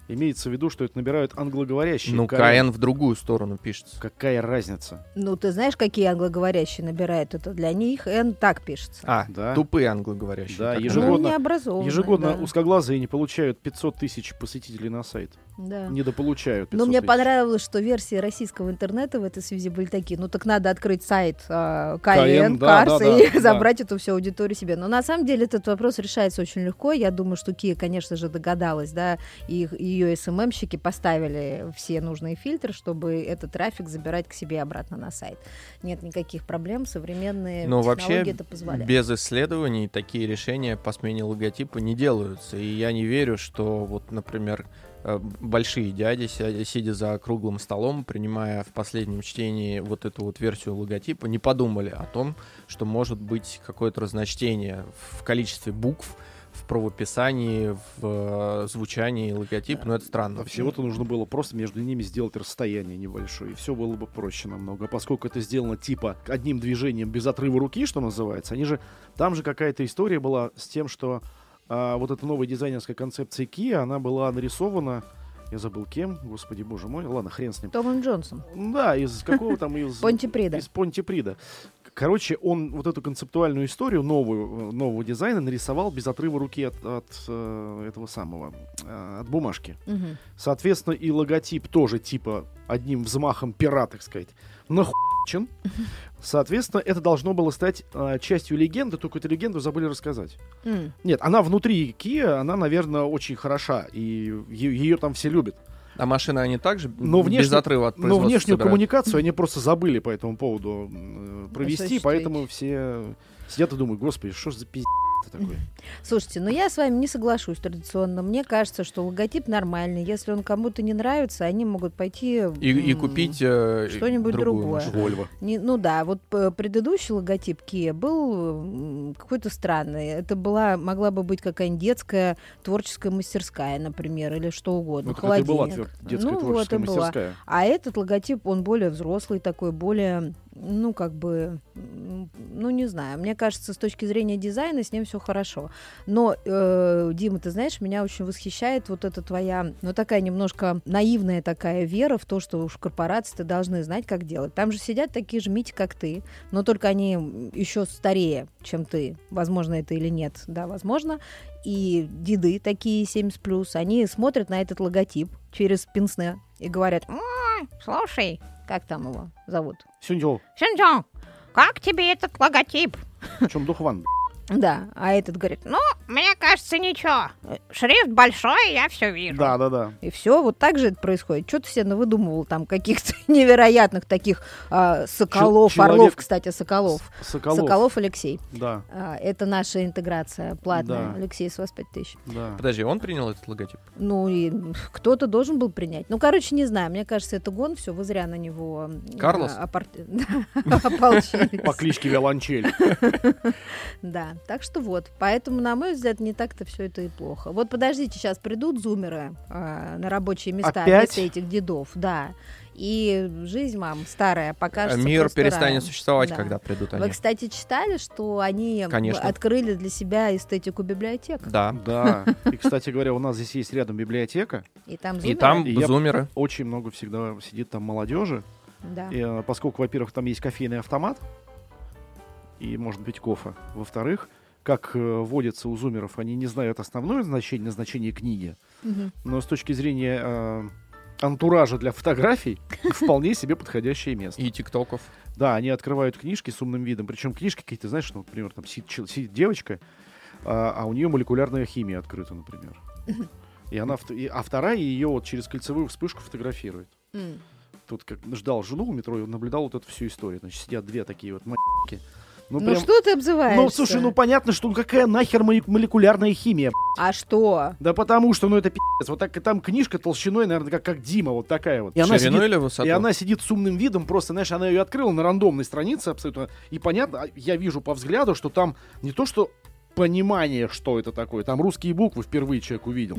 C: Имеется в виду, что это набирают англоговорящие.
B: Ну, КН в другую сторону пишется.
C: Какая разница?
A: Ну, ты знаешь, какие англоговорящие набирают это для них? Н так пишется.
B: А,
C: Да.
B: тупые англоговорящие.
C: Да,
B: так
C: ежегодно-
A: Ну, необразованные,
C: Ежегодно
A: да.
C: узкоглазые не получают 500 тысяч посетителей на сайт.
A: Да.
C: Недополучают 500
A: Но мне
C: тысяч.
A: понравилось, что версии российского интернета в этой связи были такие. Ну так надо открыть сайт а,
C: КН,
A: КН,
C: да,
A: Карс
C: да, да,
A: и
C: да.
A: забрать эту всю аудиторию себе. Но на самом деле этот вопрос решается очень легко. Я думаю, что Кия, конечно же, догадалась, да, и ее СММщики поставили все нужные фильтры, чтобы этот трафик забирать к себе обратно на сайт. Нет никаких проблем, современные
B: Ну,
A: технологии
B: вообще,
A: это позволяют.
B: без исследований такие решения по смене логотипа не делаются. И я не верю, что вот, например, э, большие дяди, ся- сидя за круглым столом, принимая в последнем чтении вот эту вот версию логотипа, не подумали о том, что может быть какое-то разночтение в количестве букв, в правописании, в э, звучании логотипа. Но это странно.
C: А всего-то нужно было просто между ними сделать расстояние небольшое, и все было бы проще намного. А Поскольку это сделано типа одним движением без отрыва руки, что называется, они же там же какая-то история была с тем, что а, вот эта новая дизайнерская концепция Kia, она была нарисована, я забыл кем, господи боже мой, ладно, хрен с ним.
A: Томом Джонсом.
C: Да, из Ну какого там из
A: Понтиприда.
C: Из Понтиприда. Короче, он вот эту концептуальную историю новую, э, нового дизайна нарисовал без отрыва руки от, от, э, этого самого, э, от бумажки.
A: Мгм.
C: Соответственно, и логотип тоже типа одним взмахом пера, так сказать, нахуйчен. Соответственно, это должно было стать э, частью легенды, только эту легенду забыли рассказать.
A: М.
C: Нет, она внутри Kia, она, наверное, очень хороша, и ее там все любят.
B: А машины они также
C: Но
B: б- без
C: внешне-
B: отрыва от
C: Но
B: производства
C: Ну, внешнюю
B: собирают?
C: коммуникацию они просто забыли по этому
A: Ну,
C: поводу м, э, провести,
A: осуществить.
C: поэтому все сидят и думают, господи, что ж за пиздец такой.
A: Слушайте, ну я с вами не соглашусь традиционно. Мне кажется, что логотип нормальный. Если он кому-то не нравится, они могут пойти
B: И, и
A: м,
B: купить э,
A: что-нибудь
B: другую
A: другое.
B: машину.
C: Вольво.
A: Не- ну да, вот э, предыдущий логотип Kia был м, какой-то странный. Это была, могла бы быть какая-нибудь детская творческая мастерская, например, или что угодно.
C: Вот Ну, это и была
A: холодильник.
C: твер- детская
A: Ну,
C: творческая
A: вот и была.
C: мастерская.
A: А этот логотип, он более взрослый такой, более, ну, как бы, м, ну, не знаю. Мне кажется, с точки зрения дизайна с ним все хорошо. Но, э, Дима, ты знаешь, меня очень восхищает вот эта твоя, ну, такая немножко наивная такая вера в то, что уж корпорации-то должны знать, как делать. Там же сидят такие же мити, как ты, но только они еще старее, чем ты. Возможно, это или нет, да, возможно. И деды такие 70+, они смотрят на этот логотип через пенсне и говорят, Слушай, как там его зовут?
C: Сюндел,
E: Синджон, как тебе этот логотип?
C: причем Духван.
A: Да, а этот говорит, ну,
E: Ну, мне кажется, ничего. Шрифт большой, я все вижу.
C: Да, да, да.
A: и все, вот так же это происходит. Что ты себе навыдумывал там каких-то невероятных таких а, соколов,
C: человек-
A: орлов, кстати, соколов.
C: С- Соколов.
A: Соколов Алексей.
C: Да,
A: А, это наша интеграция платная.
C: Да.
A: Алексей, с вас пять тысяч.
C: да.
B: Подожди, он принял этот логотип?
A: Ну, и м, кто-то должен был принять. Ну, короче, не знаю, мне кажется, это гон, все, вы зря на него... м,
B: Карлос?
A: а, опор- да, ополчились.
C: По кличке Виолончель.
A: Да, так что вот. Поэтому, на мой взгляд, не так-то все это и плохо. Вот подождите, сейчас придут зумеры а, на рабочие места
C: Опять?
A: вместо этих дедов, да. И жизнь вам старая покажется
B: Э, Мир
A: просто
B: перестанет
A: раем.
B: существовать,
A: Да.
B: когда придут
A: Вы,
B: они.
A: кстати, читали, что они
B: Конечно.
A: открыли для себя эстетику библиотек?
B: Да.
C: Да. И, кстати говоря, у нас здесь есть рядом библиотека.
A: И там
B: И
A: зумеры?
B: там
C: И я-
B: зумеры.
C: Очень много всегда сидит там молодежи.
A: Да.
C: И, э, поскольку, во-первых, там есть кофейный автомат и можно пить кофе. Во-вторых, как э, водится у зумеров, они не знают основное значение, назначение книги.
A: Мгм.
C: Но с точки зрения э, антуража для фотографий, вполне себе подходящее место.
B: И тиктоков.
C: Да, они открывают книжки с умным видом. Причем книжки какие-то, знаешь, ну, например, там сидит, чел- сидит девочка, а, а у нее молекулярная химия открыта, например. И она, вт- и- а вторая ее вот через кольцевую вспышку фотографирует.
B: Ну,
A: М.
C: Тут как ждал жену у метро и наблюдал вот эту всю историю. Значит, сидят две такие вот м***ки.
A: Ну,
C: прям-
A: что ты обзываешься?
C: ну, слушай, ну понятно, что ну какая нахер моли- молекулярная химия, б***ь?
A: А что?
C: Да потому что, ну это пи***ц. Вот так, и там книжка толщиной, наверное, как, как Дима, вот такая вот. И она,
B: Ширину
C: сидит,
B: или высоту?
C: и она сидит с умным видом, просто, знаешь, она ее открыла на рандомной странице абсолютно. И понятно, а я вижу по взгляду, что там не то, что понимание, что это такое. Там русские буквы впервые человек увидел.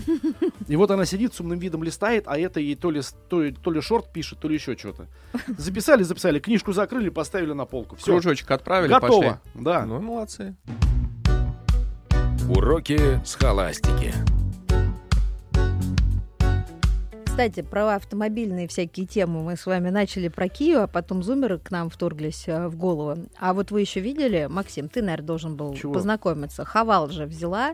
C: И вот она сидит с умным видом листает, а это ей то ли, с- то, ли- то ли шорт пишет, то ли еще что-то. Записали, записали, книжку закрыли, поставили на полку. Все,
B: Кружочек отправили,
C: готово.
B: пошли.
C: Да.
B: Ну, молодцы.
D: Уроки схоластики.
A: Кстати, про автомобильные всякие темы мы с вами начали про Кию, а потом зумеры к нам вторглись э, в голову. А вот вы еще видели, Максим, ты, наверное, должен был
C: Чего?
A: познакомиться. Хавал же взяла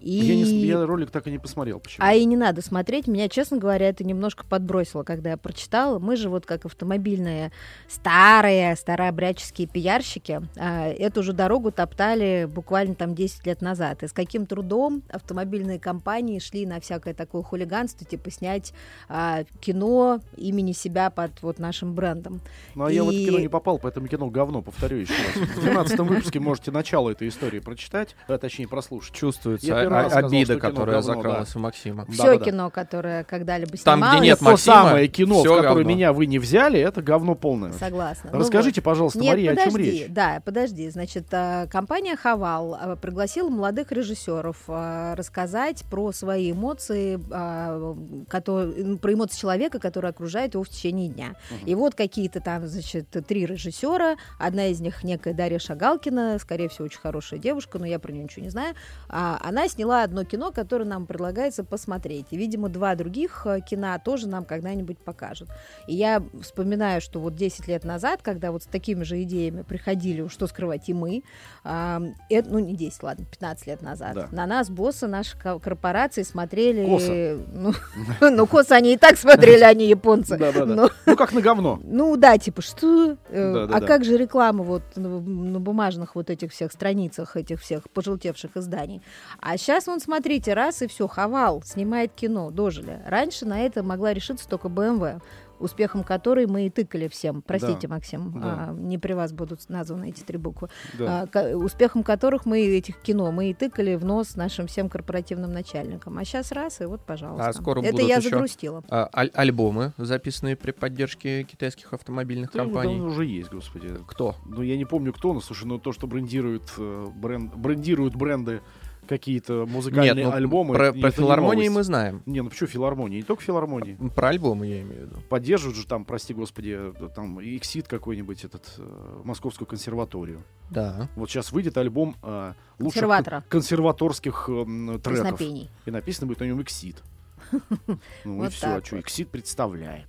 A: и...
C: Я, не с- я ролик так и не посмотрел. Почему?
A: А и не надо смотреть. Меня, честно говоря, это немножко подбросило, когда я прочитала. Мы же вот как автомобильные старые, старообрядческие пиярщики а, эту же дорогу топтали буквально там 10 лет назад. И с каким трудом автомобильные компании шли на всякое такое хулиганство, типа снять а, кино имени себя под вот нашим брендом.
C: Ну, а я в это
A: И-
C: кино не попал, поэтому кино говно, повторю еще раз. В 12 выпуске можете начало этой истории прочитать, а, точнее прослушать. Я
B: Чувствуется
C: первый
B: а-
C: раз сказал,
B: обида,
C: что кино
B: которая
C: говно,
B: закралась у Максима.
A: Все
C: Да-да-да.
A: кино, которое когда-либо
B: Там, где
A: снималось,
B: нет
C: То
B: Максима,
C: самое кино, в
B: всё
C: которое
B: говно.
C: меня вы не взяли, это говно полное.
A: согласна. Ну вот.
C: Расскажите, пожалуйста,
A: Нет,
C: Мария, о чем
A: подожди,
C: речь?
A: Да, подожди. Значит, а, компания Хавал а, пригласила молодых режиссеров а, рассказать про свои эмоции, а, которые, ну, про эмоции человека, который окружает его в течение дня.
C: Мгм.
A: И вот какие-то там, значит, три режиссера. Одна из них некая Дарья Шагалкина, скорее всего, очень хорошая девушка, но я про нее ничего не знаю. А, Она сняла одно кино, которое нам предлагается посмотреть. И, видимо, два других э, кино тоже нам когда-нибудь покажут. И я вспоминаю, что вот 10 лет назад, когда вот с такими же идеями приходили, что скрывать и мы, а, это, ну не 10, ладно, 15 лет назад,
C: Да.
A: на нас боссы наши ко- корпорации смотрели...
C: Косо.
A: Ну, ну, косо они и так смотрели, они японцы.
C: Да-да-да.
A: Но-
C: Ну, как на говно.
A: ну да, типа, что? Э,
C: Да-да-да.
A: а как же реклама вот на, на бумажных вот этих всех страницах, этих всех пожелтевших изданий? А сейчас, вон, смотрите, раз и все, Хавал снимает кино, дожили. Раньше на это могла решиться только БМВ, успехом которой мы и тыкали всем. Простите, Максим,
C: Да.
A: а, не при вас будут названы эти три буквы.
C: Да.
A: А, ко- успехом которых мы этих кино, мы и тыкали в нос нашим всем корпоративным начальникам. А сейчас раз, и вот, пожалуйста.
B: А скоро
A: это
B: будут
A: я
B: ещё
A: загрустила.
B: А, аль- альбомы, записанные при поддержке китайских автомобильных
C: Да, ну,
B: компаний.
C: там уже есть, господи.
B: Кто?
C: Ну, я не помню, кто, но, слушай, ну, то, что брендируют, э, бренд, брендируют бренды какие-то музыкальные
B: ну,
C: альбомы...
B: про,
C: это
B: про
C: не
B: филармонии мы
C: новость.
B: знаем.
C: Не, ну почему филармонии? Не только филармонии.
B: Про альбомы я имею в виду.
C: Поддерживают же там, прости господи, э, там Иксид какой-нибудь, этот, э, Московскую консерваторию.
B: Да.
C: Вот сейчас выйдет альбом э, лучших
A: Консерватора.
C: кон- консерваторских эм, треков.
A: Краснопений.
C: И написано будет на нем Иксид. Ну и
A: Вот
C: все, а
A: так
C: что,
A: вот.
C: Иксид представляет.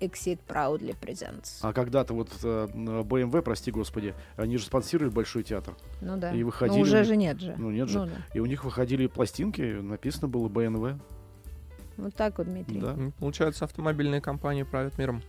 A: Exit Proudly Presents.
C: А когда-то вот э, BMW, прости господи, они же спонсировали Большой театр.
A: Ну да.
C: И выходили
A: Ну
C: у
A: уже
C: них-
A: же нет же.
C: Ну, нет же.
A: да.
C: И у них выходили пластинки, написано было БНВ.
A: Вот так вот, Дмитрий.
C: Да.
B: М, Получается, автомобильные компании правят миром.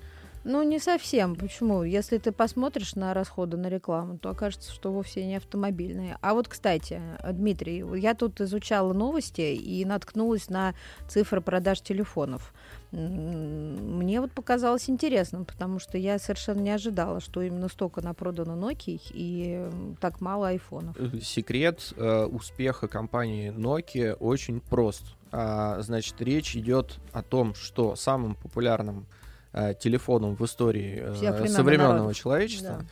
A: Ну, не совсем. Почему? Если ты посмотришь на расходы на рекламу, то окажется, что вовсе не автомобильные. А вот, кстати, Дмитрий, я тут изучала новости и наткнулась на цифры продаж телефонов. М, Мне вот показалось интересным, потому что я совершенно не ожидала, что именно столько напродано Nokia и м, так мало айфонов.
B: Э, Секрет э, успеха компании Nokia очень прост. А, значит, речь идет о том, что самым популярным э, телефоном в истории э,
A: Всех времен и
B: современного
A: народов.
B: человечества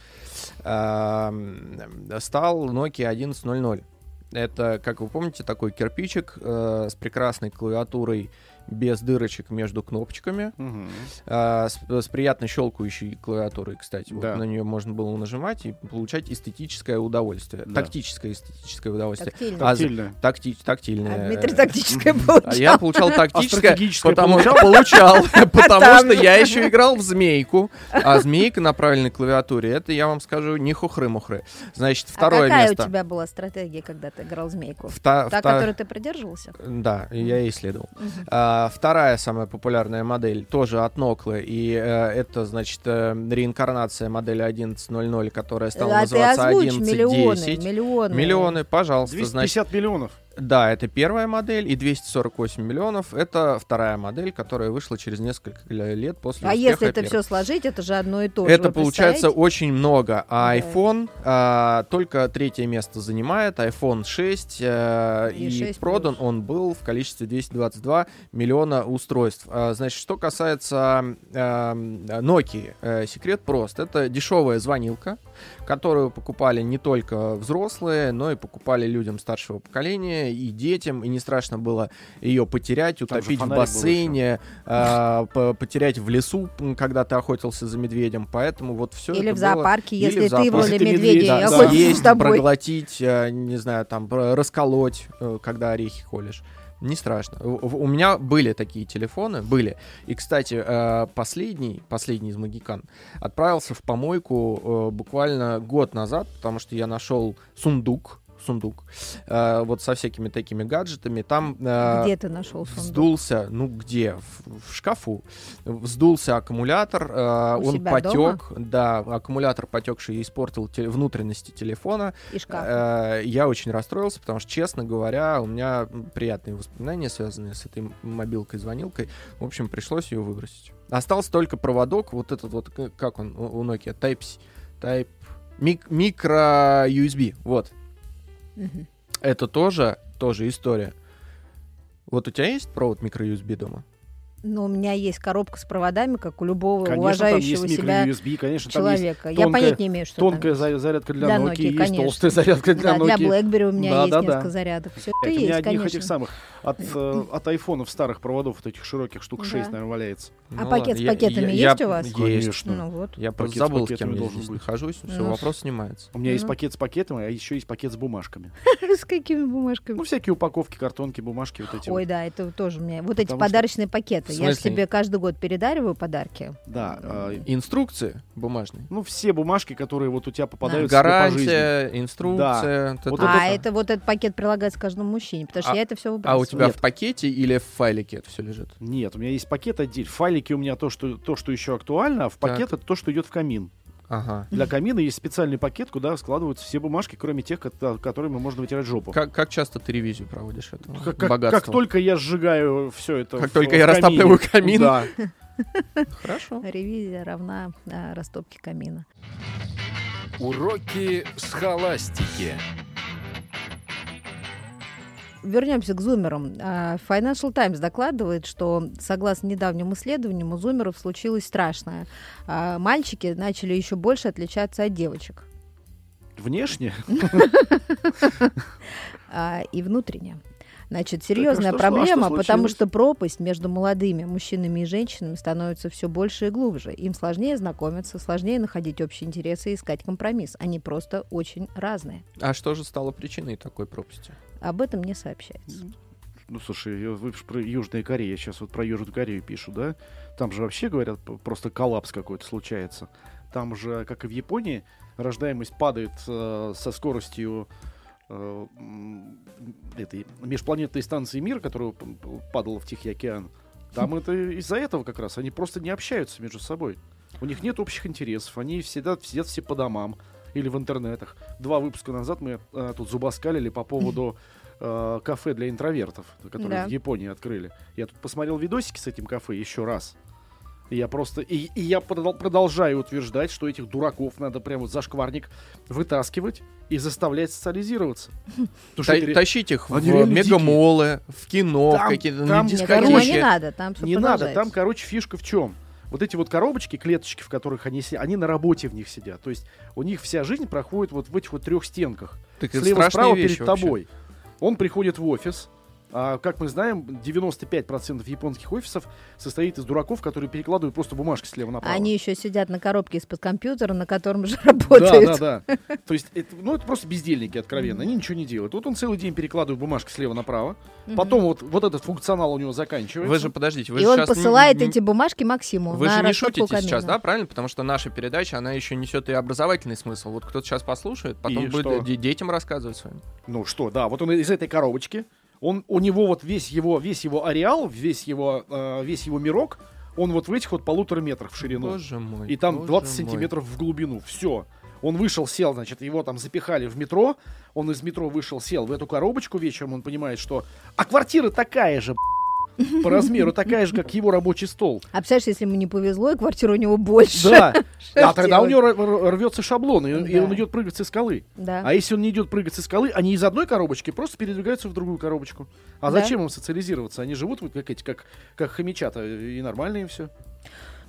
B: а, м, стал Nokia 1100. Это, как вы помните, такой кирпичик э, с прекрасной клавиатурой без дырочек между кнопочками,
C: Мгм.
B: а, с, с приятно щелкающей клавиатурой, кстати. Вот
C: Да.
B: на нее можно было нажимать и получать эстетическое удовольствие.
C: Да.
B: Тактическое эстетическое удовольствие.
A: Тактильно.
B: А за-
C: Тактильно.
B: Такти-
A: А
B: тактильное.
A: Дмитрий
B: э,
A: тактическое
B: а
A: получал. А
B: я получал
C: А
B: тактическое,
C: стратегическое
B: потому что
C: получал?
B: получал, потому
A: там
B: что
A: же.
B: я еще играл в змейку, а змейка на правильной клавиатуре, это я вам скажу не хухры-мухры. Значит,
A: а
B: второе
A: какая у
B: место. А
A: тебя была стратегия, когда ты играл в змейку? Та,
B: Вта- вта-
A: которой ты придерживался?
B: Да, я и исследовал. А, вторая самая популярная модель тоже от Nokia, и э, это, значит, э, реинкарнация модели 1100, которая стала
A: а ты
B: называться
A: озвучь
B: 1110.
A: миллионы, миллионы.
B: Миллионы, пожалуйста, значит,
C: 250 миллионов.
B: Да, это первая модель, и 248 миллионов это вторая модель, которая вышла через несколько л- лет после
A: А
B: успеха
A: если это
B: первой.
A: все сложить, это же одно и то же.
B: Это
A: Вы
B: получается
A: представляете?
B: очень много, а
A: Да.
B: iPhone а, только третье место занимает, iPhone 6, а,
A: И
B: и,
A: 6
B: продан
A: плюс.
B: он был в количестве 222 миллиона устройств. А, значит, что касается а, м, Nokia, э, секрет прост, это дешевая звонилка, которую покупали не только взрослые, но и покупали людям старшего поколения и детям, и не страшно было ее потерять,
C: же
B: утопить в
C: фонарик был
B: бассейне, а, по- потерять в лесу, м, когда ты охотился за медведем, поэтому вот все
A: Или
B: это
A: в
B: было-
A: зоопарке,
B: или
A: если
B: в
A: ты в
B: зоопарке.
A: роли
C: Если ты медведь,
A: медведя,
B: Да,
A: и
C: я
B: да,
C: охотился
A: охотишься
B: съесть,
A: с тобой.
B: проглотить, э, не знаю, там, про- расколоть, э, когда орехи колешь. Не страшно. У у меня были такие телефоны, были. И, кстати, э, последний, последний из магикан отправился в помойку э, буквально год назад, потому что я нашел сундук, сундук, э, вот со всякими такими гаджетами. Там э,
A: А Где ты нашел сундук?
B: Вздулся, ну где? В, в шкафу. Вздулся аккумулятор, э,
A: У
B: он
A: себя
B: потек, да, аккумулятор потекший испортил те- внутренности телефона.
A: И шкаф.
B: Э, я очень расстроился, потому что, честно говоря, у меня м, приятные воспоминания, связанные с этой м- мобилкой-звонилкой. В общем, пришлось ее выбросить. Остался только проводок, вот этот вот, к- как он у у Nokia, Type-C, Type... мик- микро-USB, вот.
A: Мгм.
B: Это тоже, тоже история. Вот у тебя есть провод микро-USB дома?
A: Но Ну, у меня есть коробка с проводами, как у любого
C: Конечно, там есть
A: уважающего себя
C: микро-USB, конечно, там есть
A: человека. Я
C: тонкая-
A: понять не имею, что там
C: тонкая
A: есть.
C: за- зарядка для,
A: Для
C: Nokia,
A: Nokia,
C: есть
A: конечно.
C: толстая зарядка для
A: Да, для
C: Nokia.
A: BlackBerry у меня
C: Да,
A: есть
C: да, да.
A: несколько зарядов. Все это
C: Блядь, у меня
A: есть,
C: одних
A: конечно.
C: этих самых от, э, от айфонов старых проводов, вот этих широких штук
A: Да.
C: 6, наверное, валяется.
A: А
B: Ну
A: пакет с пакетами есть у вас?
B: Есть.
A: Ну вот.
B: Я просто
C: Пакет с
B: забыл, с
C: пакетами
B: кем я
C: должен
B: здесь
C: быть.
B: нахожусь, все,
A: Ну,
B: вопрос снимается.
C: У меня есть
A: Ну.
C: пакет с пакетами, а еще есть пакет с бумажками.
A: С какими бумажками?
C: Ну, всякие упаковки, картонки, бумажки, вот эти.
A: Ой,
C: вот.
A: да, это тоже у меня. Вот эти
C: Потому что-
A: подарочные пакеты.
B: В
A: Я же
B: смысле?
A: себе каждый год передариваю подарки.
C: Да. э,
B: Инструкции бумажные.
C: ну, все бумажки, которые вот у тебя попадаются тебе по жизни.
B: Гарантия, инструкция. вот
C: Вот
B: это
A: а
B: вот.
A: это вот этот пакет прилагается каждому мужчине, потому что
B: А-
A: я это все
B: А
A: выбрасываю.
B: у тебя
C: Нет.
B: в пакете или в файлике это все лежит?
C: Нет, у меня есть пакет отдельно. Файлики у меня то, что, то, что еще актуально, а в
B: Так.
C: пакет это то, что идет в камин.
B: Ага.
C: Для камина есть специальный пакет, куда складываются все бумажки, кроме тех, ко- которыми можно вытирать жопу.
B: Как, как часто ты ревизию проводишь этого
C: Как, как-
B: богатства?
C: как только я сжигаю все это.
B: Как
C: в-
B: только
C: в
B: я
C: камине.
B: растапливаю камин.
C: Да.
B: Хорошо.
A: Ревизия равна а, растопке камина.
D: Уроки схоластики.
A: Вернемся к зумерам. А, Financial Times докладывает, что, согласно недавнему исследованию, у зумеров случилось страшное. А, Мальчики начали еще больше отличаться от девочек.
C: Внешне?
A: а, и внутренне. Значит, серьезная
C: что ж, а
A: проблема,
C: что
A: потому
C: случилось?
A: что пропасть между молодыми мужчинами и женщинами становится все больше и глубже. Им сложнее знакомиться, сложнее находить общие интересы и искать компромисс. Они просто очень разные.
B: А что же стало причиной такой пропасти?
A: Об этом не сообщается.
C: Ну, слушай, я- вы ж про Южную Корею, я сейчас вот про Южную Корею пишу, да? Там же вообще, говорят, п- просто коллапс какой-то случается. Там же, как и в Японии, рождаемость падает э, со скоростью э, м, этой межпланетной станции «Мир», которая п- п- падала в Тихий океан. Там это из-за этого как раз. Они просто не общаются между собой. У них нет общих интересов. Они всегда сидят все по домам или в интернетах. Два выпуска назад мы э, тут зубоскалили по поводу э, кафе для интровертов, которые
A: Да.
C: в Японии открыли. Я тут посмотрел видосики с этим кафе еще раз. И я просто... И, и я продол- продолжаю утверждать, что этих дураков надо прямо вот за шкварник вытаскивать и заставлять социализироваться. Потому что
B: Та-
C: это ре-
B: Тащить их
C: Они
B: в
C: реально
B: мегамолы, в кино,
C: Там-
B: в какие-то
C: там,
B: на
A: Нет,
C: Дискотеки.
A: короче, не
B: дискотеки.
A: надо, там все
C: Не надо, там, короче, фишка в чем? Вот эти вот коробочки, клеточки, в которых они сидят, они на работе в них сидят. То есть у них вся жизнь проходит вот в этих вот трех стенках.
B: Так это страшные
C: Слева-справа перед
B: вещи вообще.
C: тобой. Он приходит в офис. А, как мы знаем, 95% японских офисов состоит из дураков, которые перекладывают просто бумажки слева направо.
A: Они еще сидят на коробке из-под компьютера, на котором же
C: Да,
A: работают.
C: да, да. То есть, это, ну, это просто бездельники, откровенно. Они ничего не делают. Вот он целый день перекладывает бумажки слева направо.
A: Мгм.
C: Потом вот, вот этот функционал у него заканчивается.
B: Вы же подождите, вы
A: И
B: же
A: он
B: сейчас
A: посылает
B: н- н-
A: эти бумажки Максиму.
B: Вы
A: на
B: же не
A: растопку
B: шутите сейчас,
A: камина.
B: да, правильно? Потому что наша передача, она еще несет и образовательный смысл. Вот кто-то сейчас послушает, потом
C: И
B: будет
C: что?
B: де- детям рассказывать своим.
C: Ну что, да, вот он из этой коробочки. Он, у него вот весь его, весь его ареал, весь его, э, весь его мирок, он вот в этих вот полутора метрах в ширину.
B: Боже мой.
C: И там
B: боже
C: 20
B: мой.
C: сантиметров в глубину. Все. Он вышел, сел, значит, его там запихали в метро. Он из метро вышел, сел в эту коробочку вечером. Он понимает, что... А квартира такая же, б***ь, по размеру такая же, как его рабочий стол.
A: А представляешь, если ему не повезло, и квартира у него больше.
C: Да.
A: Что
C: А тогда у
A: делать?
C: него р- р- рвется шаблон, и, и
A: Да.
C: он идет прыгать со скалы.
A: Да.
C: А если он не идет прыгать со скалы, они из одной коробочки просто передвигаются в другую коробочку. А
A: Да.
C: зачем им социализироваться? Они живут вот как эти, как, как хомячата, и нормально им все.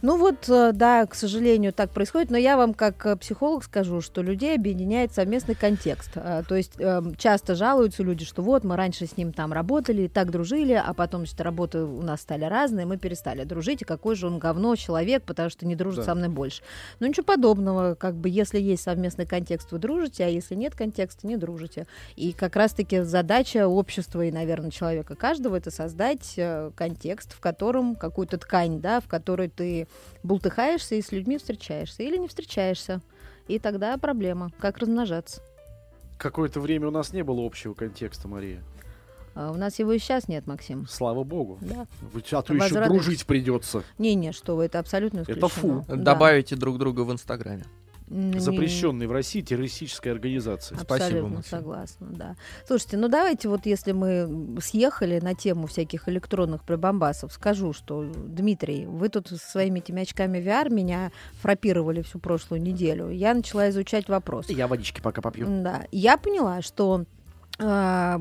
A: Ну вот, э, да, к сожалению, так происходит, но я вам как э, психолог скажу, что людей объединяет совместный контекст. Э, То есть эм, часто жалуются люди, что вот мы раньше с ним там работали, и так дружили, а потом значит, работы у нас стали разные, мы перестали дружить, и какой же он говно человек, потому что не дружит
C: Да.
A: со мной больше. Ну ничего подобного, как бы если есть совместный контекст, вы дружите, а если нет контекста, не дружите. И как раз-таки задача общества и, наверное, человека каждого это создать э, контекст, в котором какую-то ткань, да, в которой ты бултыхаешься и с людьми встречаешься или не встречаешься. И тогда проблема, как размножаться.
C: Какое-то время у нас не было общего контекста, Мария.
A: А у нас его и сейчас нет, Максим.
C: Слава богу.
A: Да.
C: Вы- А то еще
A: Возрадуйтесь.
C: дружить придется.
A: Не-не, что вы, это абсолютно
C: Это
A: исключено.
C: фу.
A: Да.
B: Добавите друг друга в Инстаграме.
A: М, не-
C: Запрещенной в России террористической организации.
B: А Спасибо,
A: Абсолютно
B: Максим.
A: согласна, да. Слушайте, ну давайте вот если мы съехали на тему всяких электронных прибамбасов, скажу, что, Дмитрий, вы тут со своими этими очками VR меня фрапировали всю прошлую неделю. Я начала изучать вопрос.
C: Я водички пока попью.
A: Да, я поняла, что а,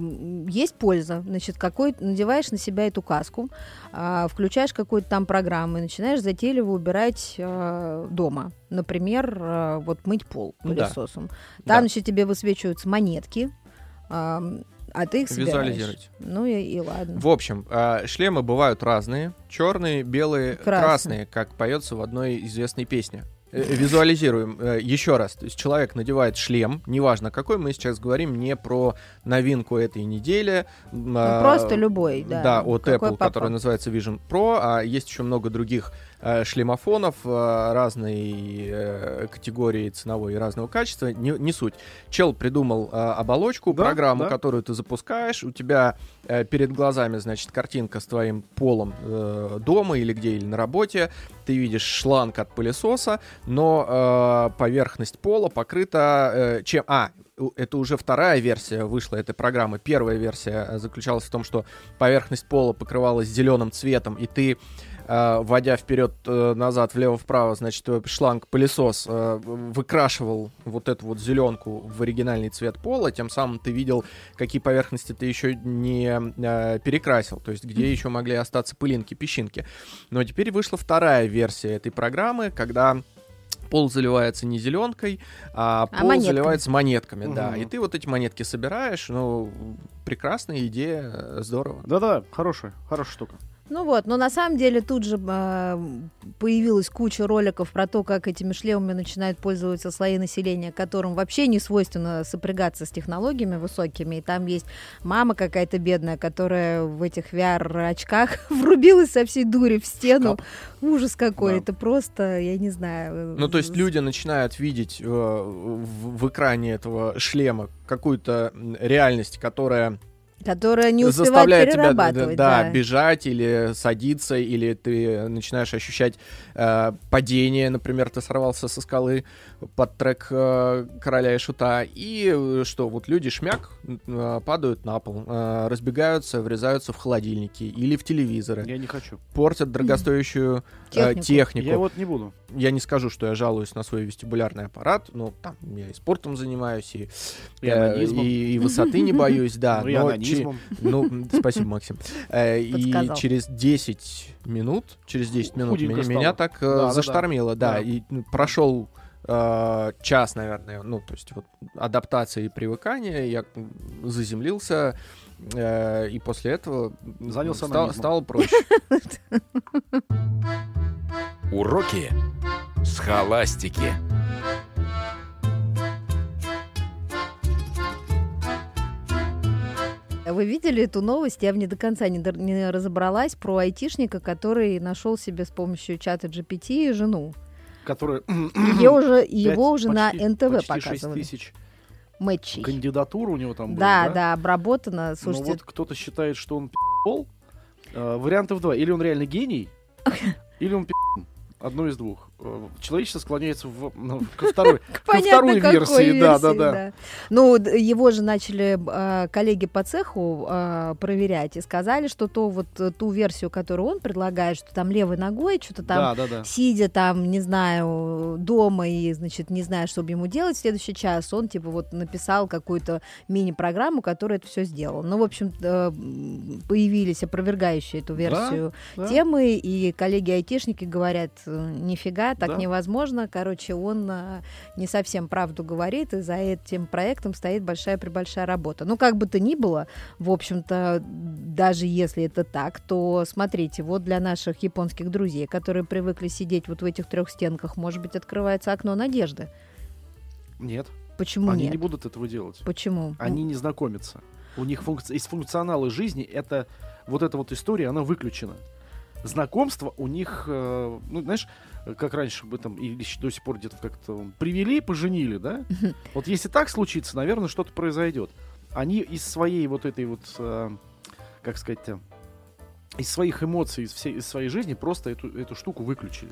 A: есть польза. Значит, какой надеваешь на себя эту каску, а, включаешь какую-то там программу и начинаешь затейливо убирать а, дома. Например, а, вот мыть пол
B: Ну да.
A: пылесосом. Там,
B: Да.
A: значит, тебе высвечиваются монетки, а, а ты их собираешь.
B: Визуализировать.
A: Ну и, и ладно.
B: В общем, а, шлемы бывают разные. Черные, белые,
A: Красные.
B: красные, как поется в одной известной песне. Э, Визуализируем еще раз. То есть человек надевает шлем, неважно какой, мы сейчас говорим не про новинку этой недели. м, а,
A: Ну, просто любой, да.
B: от
A: Какой
B: Apple,
A: попал.
B: который называется Vision Pro, а есть еще много других э, шлемофонов э, разной э, категории ценовой и разного качества, не, не суть. Чел придумал э, оболочку,
C: Да,
B: программу,
C: да.
B: которую ты запускаешь, у тебя э, перед глазами, значит, картинка с твоим полом э, дома или где, или на работе, ты видишь шланг от пылесоса, но э, поверхность пола покрыта э, чем... А, у- это уже вторая версия вышла этой программы. Первая версия э, заключалась в том, что поверхность пола покрывалась зеленым цветом, и ты э, вводя вперед, э, назад, влево, вправо, значит, э, шланг пылесос э, выкрашивал вот эту вот зеленку в оригинальный цвет пола, тем самым ты видел, какие поверхности ты еще не э, перекрасил, то есть где еще могли остаться пылинки, песчинки. Но теперь вышла вторая версия этой программы, когда пол заливается не зеленкой, а
A: А
B: пол
A: монетками.
B: заливается монетками, да.
C: Мгм.
B: И ты вот эти монетки собираешь, ну, прекрасная идея, э, здорово.
C: Да-да, хорошая, хорошая штука.
A: Ну вот, но на самом деле тут же а, появилась куча роликов про то, как этими шлемами начинают пользоваться слои населения, которым вообще не свойственно сопрягаться с технологиями высокими. И там есть мама какая-то бедная, которая в этих VR-очках врубилась со всей дури в стену. Ужас какой,
C: Да.
A: это просто, я не знаю.
B: Ну, то есть
A: люди
B: люди начинают видеть э, в, в экране этого шлема какую-то м, реальность, которая
A: Которая не успевает
B: заставляет тебя да,
A: перерабатывать.
B: да,
A: да.
B: бежать или садиться, или ты начинаешь ощущать э, падение, например, ты сорвался со скалы под трек э, короля и шута, и э, что, вот люди шмяк э, падают на пол, э, разбегаются, врезаются в холодильники или в телевизоры,
C: Я не хочу.
B: портят дорогостоящую э,
A: Технику.
B: технику.
C: Я вот не буду.
B: Я не скажу, что я жалуюсь на свой вестибулярный аппарат, но там я и спортом занимаюсь, и,
C: И
B: э,
C: анонизмом.
B: и- и высоты не боюсь, да.
C: ну, и
B: но
C: анонизмом.
B: чи- ну, м, спасибо, Максим. Э, И
A: Подсказал.
B: через 10 минут, через 10 минут
C: Худенько
B: меня,
C: стало.
B: меня так э,
C: Да-да-да.
B: заштормило, да,
C: Да.
B: и ну, прошел э, час, наверное, ну, то есть вот адаптация и привыкание, я м, заземлился, э, и после этого м,
C: Занялся
B: стал-
C: анонизмом.
B: стало проще.
D: Уроки схоластики.
A: А Вы видели эту новость? Я в ней до конца не, дор- не разобралась про айтишника, который нашел себе с помощью чата GPT жену.
C: Который...
A: Ее уже, его
C: пять-
A: уже
C: почти-
A: на НТВ
C: почти шесть
A: показывали.
C: тысяч
A: Мэтчей.
C: кандидатур у него там было,
A: да, да, обработано.
C: Но
A: Слушайте,
C: вот кто-то считает, что он пи***ол. Э, Вариантов два. Или он реально гений, или он пи***. Одно из двух. Э, Человечество склоняется в- ну, ко второй.
A: понятно,
C: второй
A: какой
C: версии, да, да, да.
A: Ну, д- его же начали э, коллеги по цеху э, проверять и сказали, что то вот э, ту версию, которую он предлагает, что там левой ногой что-то там
C: Да, да, да.
A: сидя там, не знаю, дома и, значит, не знаю, что бы ему делать в следующий час, он, типа, вот написал какую-то мини-программу, которая это все сделала. Ну, в общем, э, м, появились опровергающие эту версию
C: да.
A: темы, и коллеги-айтишники говорят, э, нифига, так
C: Да.
A: невозможно, короче, он э, не совсем правду говорит, и за этим проектом стоит большая-пребольшая работа. Ну, как бы то ни было, в общем-то, даже если это так, то смотрите, вот для наших японских друзей, которые привыкли сидеть вот в этих трех стенках, может быть, открывается окно надежды.
C: Нет,
A: Почему
C: они
A: нет?
C: не будут этого делать.
A: Почему?
C: Они не знакомятся. У них функци- из функционала жизни это вот эта вот история, она выключена. Знакомство у них, э, ну, знаешь, как раньше бы там, или щ- до сих пор где-то как-то м, привели, поженили, да? Вот если так случится, наверное, что-то произойдет. Они из своей вот этой вот, э, как сказать-то, из своих эмоций, из, всей, из своей жизни просто эту, эту штуку выключили.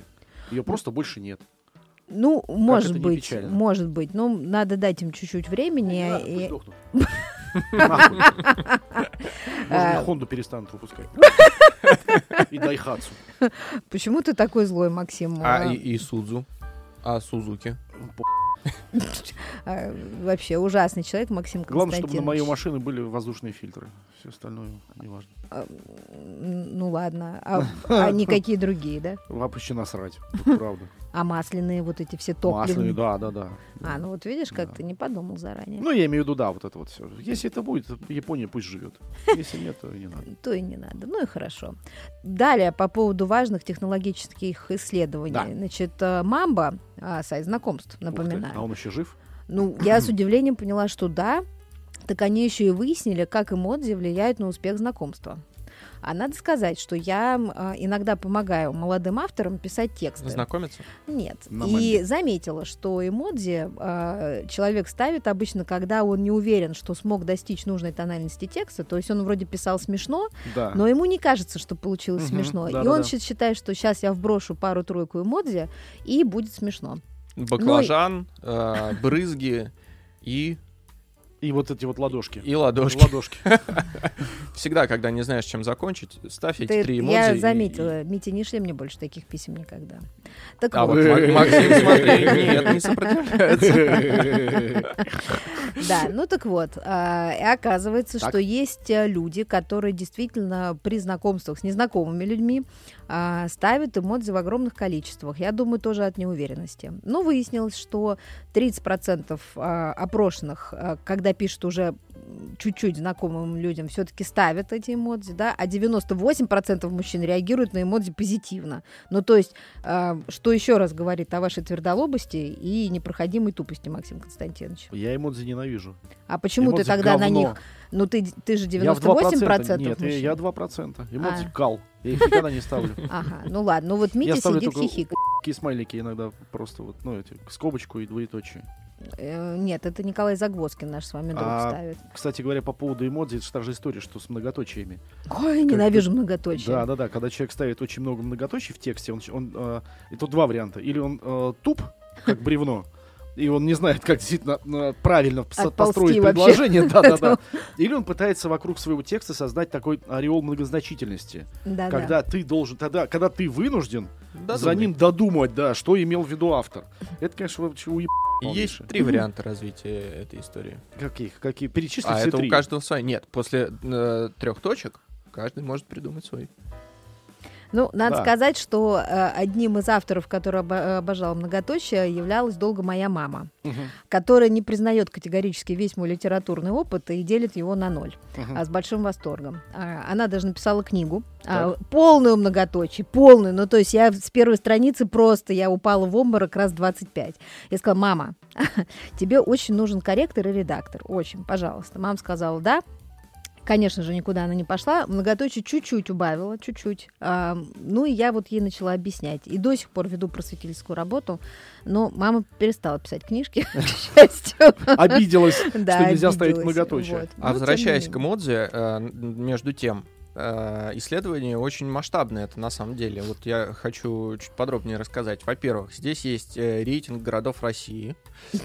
C: Ее просто больше нет.
A: Ну, может
C: это не
A: быть,
C: печально.
A: может быть. Ну, надо дать им чуть-чуть времени.
C: Не надо,
A: и-
C: пусть сдохнут. Нахуй. Можно
A: А.
C: я Хонду перестанут выпускать. И Дайхацу.
A: Почему ты такой злой, Максим?
B: А
A: А,
B: и, и Судзу? А Сузуки?
C: П***.
A: А, Вообще ужасный человек Максим
C: Главное, чтобы на
A: Константинович.
C: моей машине были воздушные фильтры. Все остальное неважно.
A: А, м, Ну ладно, а, а никакие другие, да?
C: Вообще насрать, вот правда.
A: А масляные вот эти все топливные.
C: Масляные, да, да, да.
A: А, ну вот видишь, как
C: Да.
A: ты не подумал заранее.
C: Ну, я имею в виду, да, вот это вот все. Если это будет, Япония пусть живет. Если нет, то не надо.
A: то и не надо. Ну и хорошо. Далее по поводу важных технологических исследований.
C: Да.
A: Значит, э, Мамба, а, сайт знакомств, напоминаю.
C: Ух ты, А он еще жив?
A: Ну, я с удивлением поняла, что да, так они еще и выяснили, как эмодзи влияют на успех знакомства. А надо сказать, что я м, а, иногда помогаю молодым авторам писать тексты.
B: Знакомиться?
A: Нет.
C: На
A: и
C: маме.
A: заметила, что эмодзи э, человек ставит обычно, когда он не уверен, что смог достичь нужной тональности текста. То есть он вроде писал смешно,
C: Да.
A: но ему не кажется, что получилось
B: Мгм,
A: смешно. и
C: да-да-да.
A: он щи- считает, что сейчас я вброшу пару-тройку эмодзи, и будет смешно.
B: Баклажан,
A: Ну
B: э, брызги и,
C: И вот эти вот ладошки.
B: и ладошки.
C: Ладошки.
B: Всегда, когда не знаешь, чем закончить, ставь эти
A: Ты-
B: три эмодзи.
A: я
B: и-
A: заметила, Митя, не шли мне больше таких писем никогда. Так
B: А вот
A: вот,
B: Мак- Максим, смотри, нет, не сопротивляется.
A: да, ну так вот, а, и оказывается,
C: Так.
A: что есть э, люди, которые действительно при знакомствах с незнакомыми людьми а, ставят эмодзи в огромных количествах. Я думаю, тоже от неуверенности. Но выяснилось, что 30% а, опрошенных, а, когда пишут уже м, чуть-чуть знакомым людям, все-таки ставят эти эмодзи, да, а 98% мужчин реагируют на эмодзи позитивно. Ну, то есть, а, что еще раз говорит о вашей твердолобости и непроходимой тупости, Максим Константинович?
C: Я эмодзи ненавижу.
A: А почему
C: Эмодзи
A: ты тогда на
C: говно.
A: них? Ну ты, ты же 98%
C: Я в 2%. Нет,
A: мужчин.
C: я 2%. Эмодзи
A: А.
C: кал. Я их никогда не ставлю.
A: Ага, ну ладно, ну вот Митя
C: Я ставлю
A: сидит
C: только
A: хихик.
C: Такие смайлики иногда просто вот, ну, эти, скобочку и двоеточие.
A: Э, Нет, это Николай Загвоздкин наш с вами друг
C: А,
A: ставит.
C: Кстати говоря, по поводу эмодзи, это же та же история, что с многоточиями.
A: Ой, ненавижу многоточие.
C: Да, да, да. Когда человек ставит очень много многоточий в тексте, он, он э, и тут два варианта. Или он э, туп, как бревно, и он не знает, как действительно э, правильно пос-
A: Отползти
C: построить
A: вообще
C: предложение. Да, да,
A: этого.
C: да. Или он пытается вокруг своего текста создать такой ореол многозначительности.
A: Да, да.
C: Когда ты должен, тогда, когда ты вынужден
B: Да,
C: за
B: думай.
C: ним додумать, да, что имел в виду автор. Это, конечно, вообще уеб...
B: Есть три варианта развития этой истории.
C: Каких? Какие? Перечисли
B: А
C: все
B: это
C: три.
B: у каждого свой. Нет, после трех точек каждый может придумать свой.
A: Ну, надо
C: Да.
A: сказать, что э, одним из авторов, который обо- обожал многоточие, являлась долго моя мама,
C: Мгм.
A: которая не признает категорически весь мой литературный опыт и делит его на ноль.
C: Мгм.
A: а, с большим восторгом. А, Она даже написала книгу, а, полную многоточие, полную. Ну, то есть я с первой страницы просто, я упала в обморок раз 25. Я сказала, мама, тебе очень нужен корректор и редактор, очень, пожалуйста. Мама сказала, да. Конечно же, никуда она не пошла. Многоточие чуть-чуть убавила, чуть-чуть. А, ну, и я вот ей начала объяснять. И до сих пор веду просветительскую работу. Но мама перестала писать книжки, к счастью.
C: Обиделась, А что
A: Да,
C: нельзя ставить
A: обиделась.
C: многоточие.
A: Вот. Но, Ну,
B: А
A: тем не
B: возвращаясь
A: менее.
B: к Модзе, э, между тем, э, исследование очень масштабное это на самом деле. Вот я хочу чуть подробнее рассказать. Во-первых, здесь есть э, рейтинг городов России,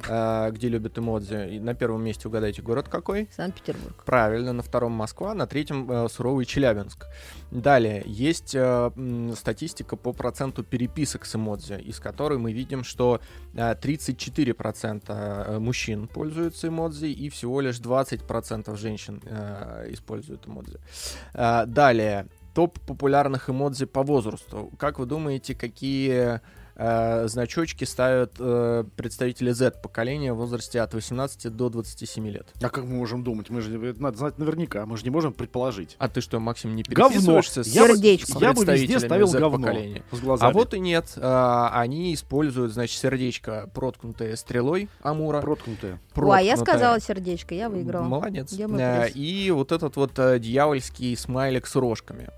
B: э, где любят эмодзи. И на первом месте угадайте город какой.
A: Санкт-Петербург.
B: Правильно, на втором Москва, на третьем э, суровый Челябинск. Далее есть э, м, статистика по проценту переписок с эмодзи, из которой мы видим, что э, 34% э, мужчин пользуются эмодзи и всего лишь 20% женщин э, используют эмодзи. Э, далее, топ популярных эмодзи по возрасту. Как вы думаете, какие э, значочки ставят э, представители Z-поколения в возрасте от 18 до 27 лет?
C: А как мы можем думать? Мы же это надо знать наверняка, мы же не можем предположить.
B: А ты что, Максим, не
C: Говно.
B: переписываешься
A: Я бы- Сердечко.
C: Я бы везде
B: представителями
C: ставил говно.
B: Z-поколения?
C: С глазами.
B: А вот и нет. А, они используют, значит, сердечко, проткнутое стрелой Амура.
C: проткнутое.
A: Ой, а я
B: проткнутое.
A: сказала сердечко, я выиграла.
B: Молодец.
A: Я мой
B: Э,
A: приз.
B: И вот этот вот э, дьявольский смайлик с рожками.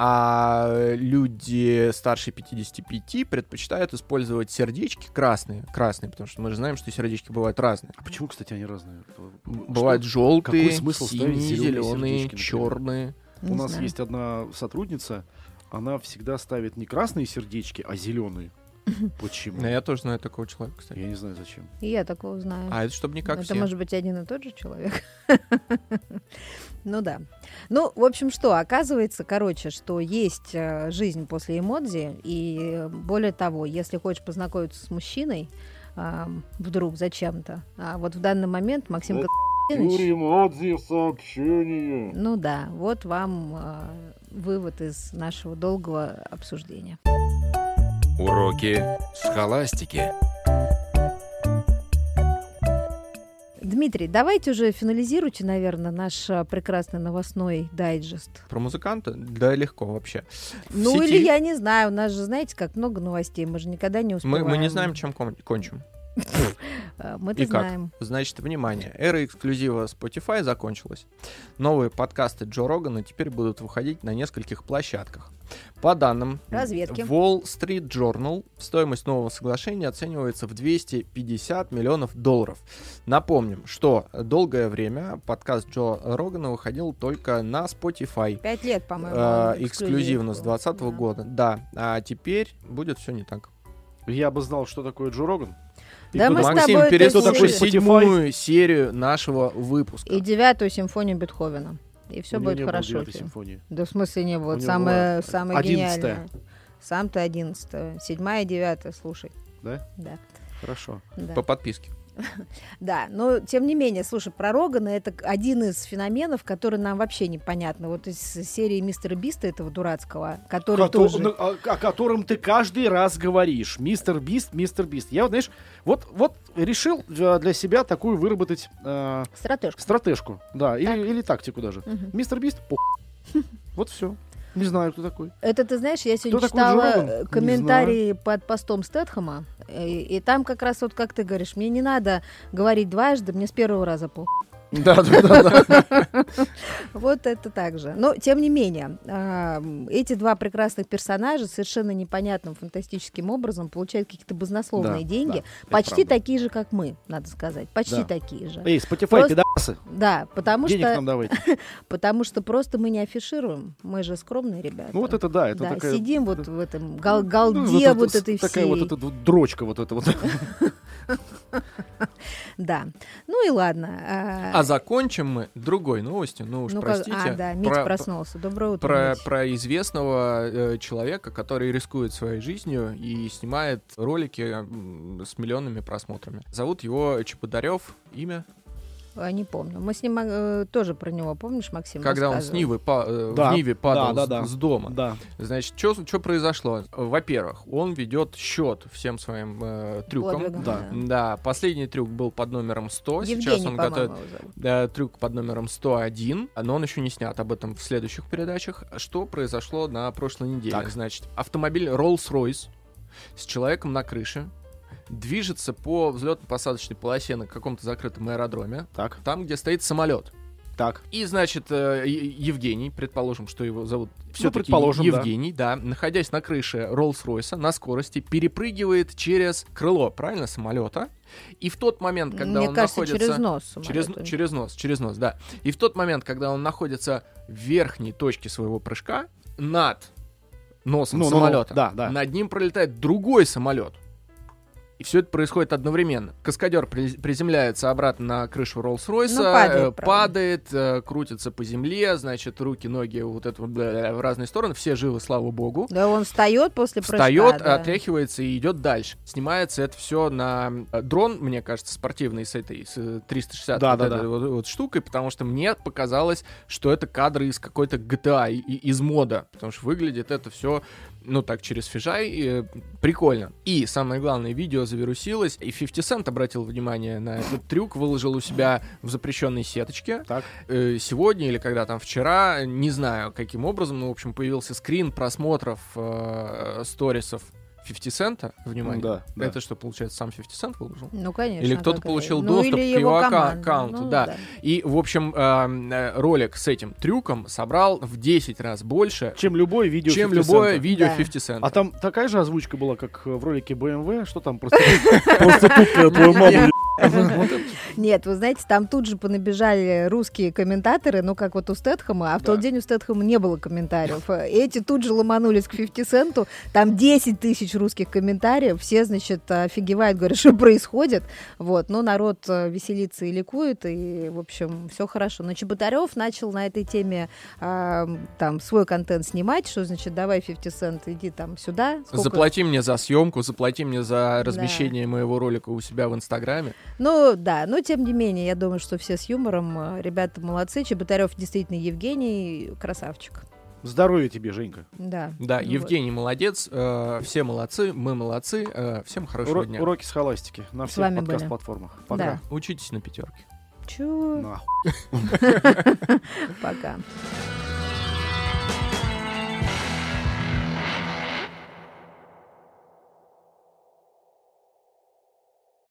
B: А люди старше 55 предпочитают использовать сердечки красные. Красные, потому что мы же знаем, что сердечки бывают разные.
C: А почему, кстати, они разные? Э,
B: М, Бывают желтые,
C: какой смысл ставить
B: синие,
C: зелёные
B: зеленые,
C: сердечки, например?
B: черные.
A: Не
C: У нас
A: знаю.
C: есть одна сотрудница, она всегда ставит не красные сердечки, а зеленые. Почему?
B: Я тоже знаю такого человека, кстати.
C: Я не знаю зачем.
A: И я такого знаю.
B: А это чтобы не как
A: Ну, это
B: все.
A: может быть один и тот же человек. Ну да. Ну, в общем, что, оказывается, короче, что есть э, жизнь после эмодзи, и э, более того, если хочешь познакомиться с мужчиной, а, а, вдруг зачем-то. А вот в данный момент Максим
C: Вот
A: Константинович-
C: отзыв, сообщение.
A: Ну да, вот вам а, вывод из нашего долгого обсуждения.
D: Уроки схоластики.
A: Дмитрий, давайте уже финализируйте, наверное, наш а, прекрасный новостной дайджест.
B: Про музыканта? Да, легко вообще. В
A: Ну
B: сети
A: или я не знаю, у нас же, знаете, как много новостей, мы же никогда не
B: Мы,
A: успеваем.
B: мы не знаем, чем кон- кончим.
A: А, Мы-то
B: И как?
A: знаем.
B: Значит, внимание, эра эксклюзива Spotify закончилась. Новые подкасты Джо Рогана теперь будут выходить на нескольких площадках. По данным
A: Разведки.
B: Wall Street Journal, стоимость нового соглашения оценивается в 250 миллионов долларов. Напомним, что долгое время подкаст Джо Рогана выходил только на Spotify.
A: Пять лет, по-моему.
B: э,
A: он эксклюзив
B: эксклюзивно с
A: был.
B: 2020
A: Да.
B: года. Да, а теперь будет все не так.
C: Я бы знал, что такое Джо Роган. И
A: Да
C: кто
A: мы с
C: такой-
A: тобой
B: Максим,
A: это
B: переслушай
A: слушали.
B: седьмую серию нашего выпуска.
A: И девятую симфонию Бетховена. И все
C: У него
A: будет
C: не было
A: хорошо.
C: девятой
A: тебе.
C: симфонии.
A: Да в смысле не
C: У
A: было.
C: него
A: Самое,
C: была
A: самое
C: 11-я.
A: гениальное. Сам ты одиннадцатая. Седьмая, девятая, слушай.
C: Да?
A: Да.
C: Хорошо.
A: Да.
B: По подписке.
A: Да, но тем не менее, слушай, про Рогана это к- один из феноменов, который нам вообще непонятно. Вот из серии Мистера Биста этого дурацкого, который
C: Кото-
A: тоже...
C: ну, о, о котором ты каждый раз говоришь. Мистер Бист, мистер Бист. Я, вот, знаешь, вот, вот решил э, для себя такую выработать э,
A: Стратежка.
C: стратежку. Да, или, или тактику даже.
A: Мгм.
C: Мистер Бист, пох. Вот все. Не знаю, кто такой.
A: Это, ты знаешь, я сегодня
C: Кто такой
A: читала
C: Джо Роган?
A: э,
C: Не
A: комментарии под постом Стэтхэма, э, и, там как раз вот как ты говоришь, мне не надо говорить дважды, мне с первого раза пол.
C: Да, да, да.
A: Вот это так же. Но, тем не менее, а, м, эти два прекрасных персонажа совершенно непонятным фантастическим образом получают какие-то
C: Да,
A: баснословные
C: да,
A: деньги.
C: это
A: Почти
C: правда.
A: такие же, как мы, надо сказать. Почти
C: Да.
A: такие же.
C: Эй, Spotify,
A: Просто-
C: пидасы.
A: Да, потому
C: Денег
A: что,
C: нам давайте.
A: потому что просто мы не афишируем. Мы же скромные ребята.
C: Ну вот это да, это
A: да,
C: такая...
A: сидим вот в этом гал-
C: Ну,
A: галде вот,
C: с-
A: этой
C: Такая
A: всей.
C: вот эта вот дрочка вот эта вот.
A: Да. Ну и ладно. А,
B: А закончим мы другой новостью. Ну уж
A: ну как-
B: простите.
A: а, да, Митя
B: про,
A: проснулся. Доброе утро.
B: про-
A: Мить.
B: про известного э, человека, который рискует своей жизнью и снимает ролики м, с миллионными просмотрами. Зовут его Чеподарев. Имя.
A: А, не помню. Мы с ним э, тоже про него, помнишь, Максим?
B: Когда он с
A: рассказывал?
B: Нивы па- э,
C: Да,
B: в Ниве падал
C: да,
B: с,
C: да, да.
B: с дома.
C: Да.
B: Значит, что произошло? Во-первых, он ведет счет всем своим э, трюкам.
A: Подвигом,
C: да.
B: Да, последний трюк был под номером 100. Сейчас
A: Евгений,
B: он
A: по-моему,
B: готовит
A: его зовут.
B: Да, трюк под номером 101, но он еще не снят, об этом в следующих передачах. Что произошло на прошлой неделе?
C: Так.
B: Значит, автомобиль Rolls-Royce с человеком на крыше движется по взлетно-посадочной полосе на каком-то закрытом аэродроме,
C: Так,
B: там, где стоит самолет.
C: так.
B: И, значит, э, Е- Евгений, предположим, что его зовут все
C: Ну, предположим, да.
B: Евгений, да. находясь на крыше Роллс-Ройса на скорости, перепрыгивает через крыло, правильно, самолета. И в тот момент, когда
A: Мне
B: он
A: кажется,
B: находится...
A: через нос.
B: Через,
A: самолет.
B: через нос, через нос, да. И в тот момент, когда он находится в верхней точке своего прыжка, над носом
C: Ну, ну, ну,
B: самолета,
C: да, да.
B: над ним пролетает другой самолет. И все это происходит одновременно. Каскадер при- приземляется обратно на крышу Роллс-Ройса,
A: Ну, падает,
B: э,
A: правда.
B: падает, э, крутится по земле, значит, руки, ноги вот это вот, бля, в разные стороны. Все живы, слава богу.
A: Да он встает после прыжка.
B: Встает, а
A: да.
B: отряхивается и идет дальше. Снимается это все на э, дрон, мне кажется, спортивный с этой с э, 360
C: Да,
B: вот
C: да,
B: этой
C: да.
B: Вот, вот штукой, потому что мне показалось, что это кадры из какой-то GTA и- и из мода, потому что выглядит это все ну так через фижай э, прикольно. И самое главное, видео завирусилось, и 50 Cent обратил внимание на этот трюк, выложил у себя в запрещенной сеточке
C: Так.
B: э, сегодня или когда там вчера, не знаю каким образом, но, в общем, появился скрин просмотров э, сторисов 50 цента. Внимание.
C: Да, да.
B: Это что, получается, сам 50 цент выложил?
A: Ну, конечно.
B: Или
A: как
B: кто-то
A: это.
B: получил
A: Ну,
B: доступ
A: или
B: к его ака-
A: команда.
B: аккаунту,
A: Ну,
B: да. И, в общем, эм, э, ролик с этим трюком собрал в 10 раз больше,
C: Чем любое видео
B: чем
C: 50
B: любое
C: цента.
B: видео
A: Да.
B: 50 цент.
C: А там такая же озвучка была, как э, в ролике BMW, что там просто проститутка твою маму
A: Нет, вы знаете, там тут же понабежали русские комментаторы, ну, как вот у Стэтхэма, а в
B: Да.
A: тот день у Стэтхэма не было комментариев. Эти тут же ломанулись к 50 Сенту, там 10 тысяч русских комментариев, все, значит, офигевают, говорят, что происходит. Вот, но народ э, веселится и ликует, и, в общем, все хорошо. Но Чеботарев начал на этой теме а, там свой контент снимать, что, значит, давай 50 Сент, иди там сюда. Сколько-
B: Заплати мне за съемку, заплати мне за размещение моего ролика у себя в Инстаграме.
A: Ну да, но тем не менее, я думаю, что все с юмором. э, Ребята молодцы. Чеботарев действительно Евгений красавчик.
C: Здоровья тебе, Женька.
A: Да.
B: Да,
A: Ну вот.
B: Евгений молодец, э, все молодцы, мы молодцы, э, всем хорошего
C: Уро-
B: дня.
C: Уроки с холастики на
A: С
C: всех
A: вами были.
C: подкаст-платформах. Пока.
B: Учитесь на пятерке.
A: Да. Чу,
C: Нахуй.
A: пока.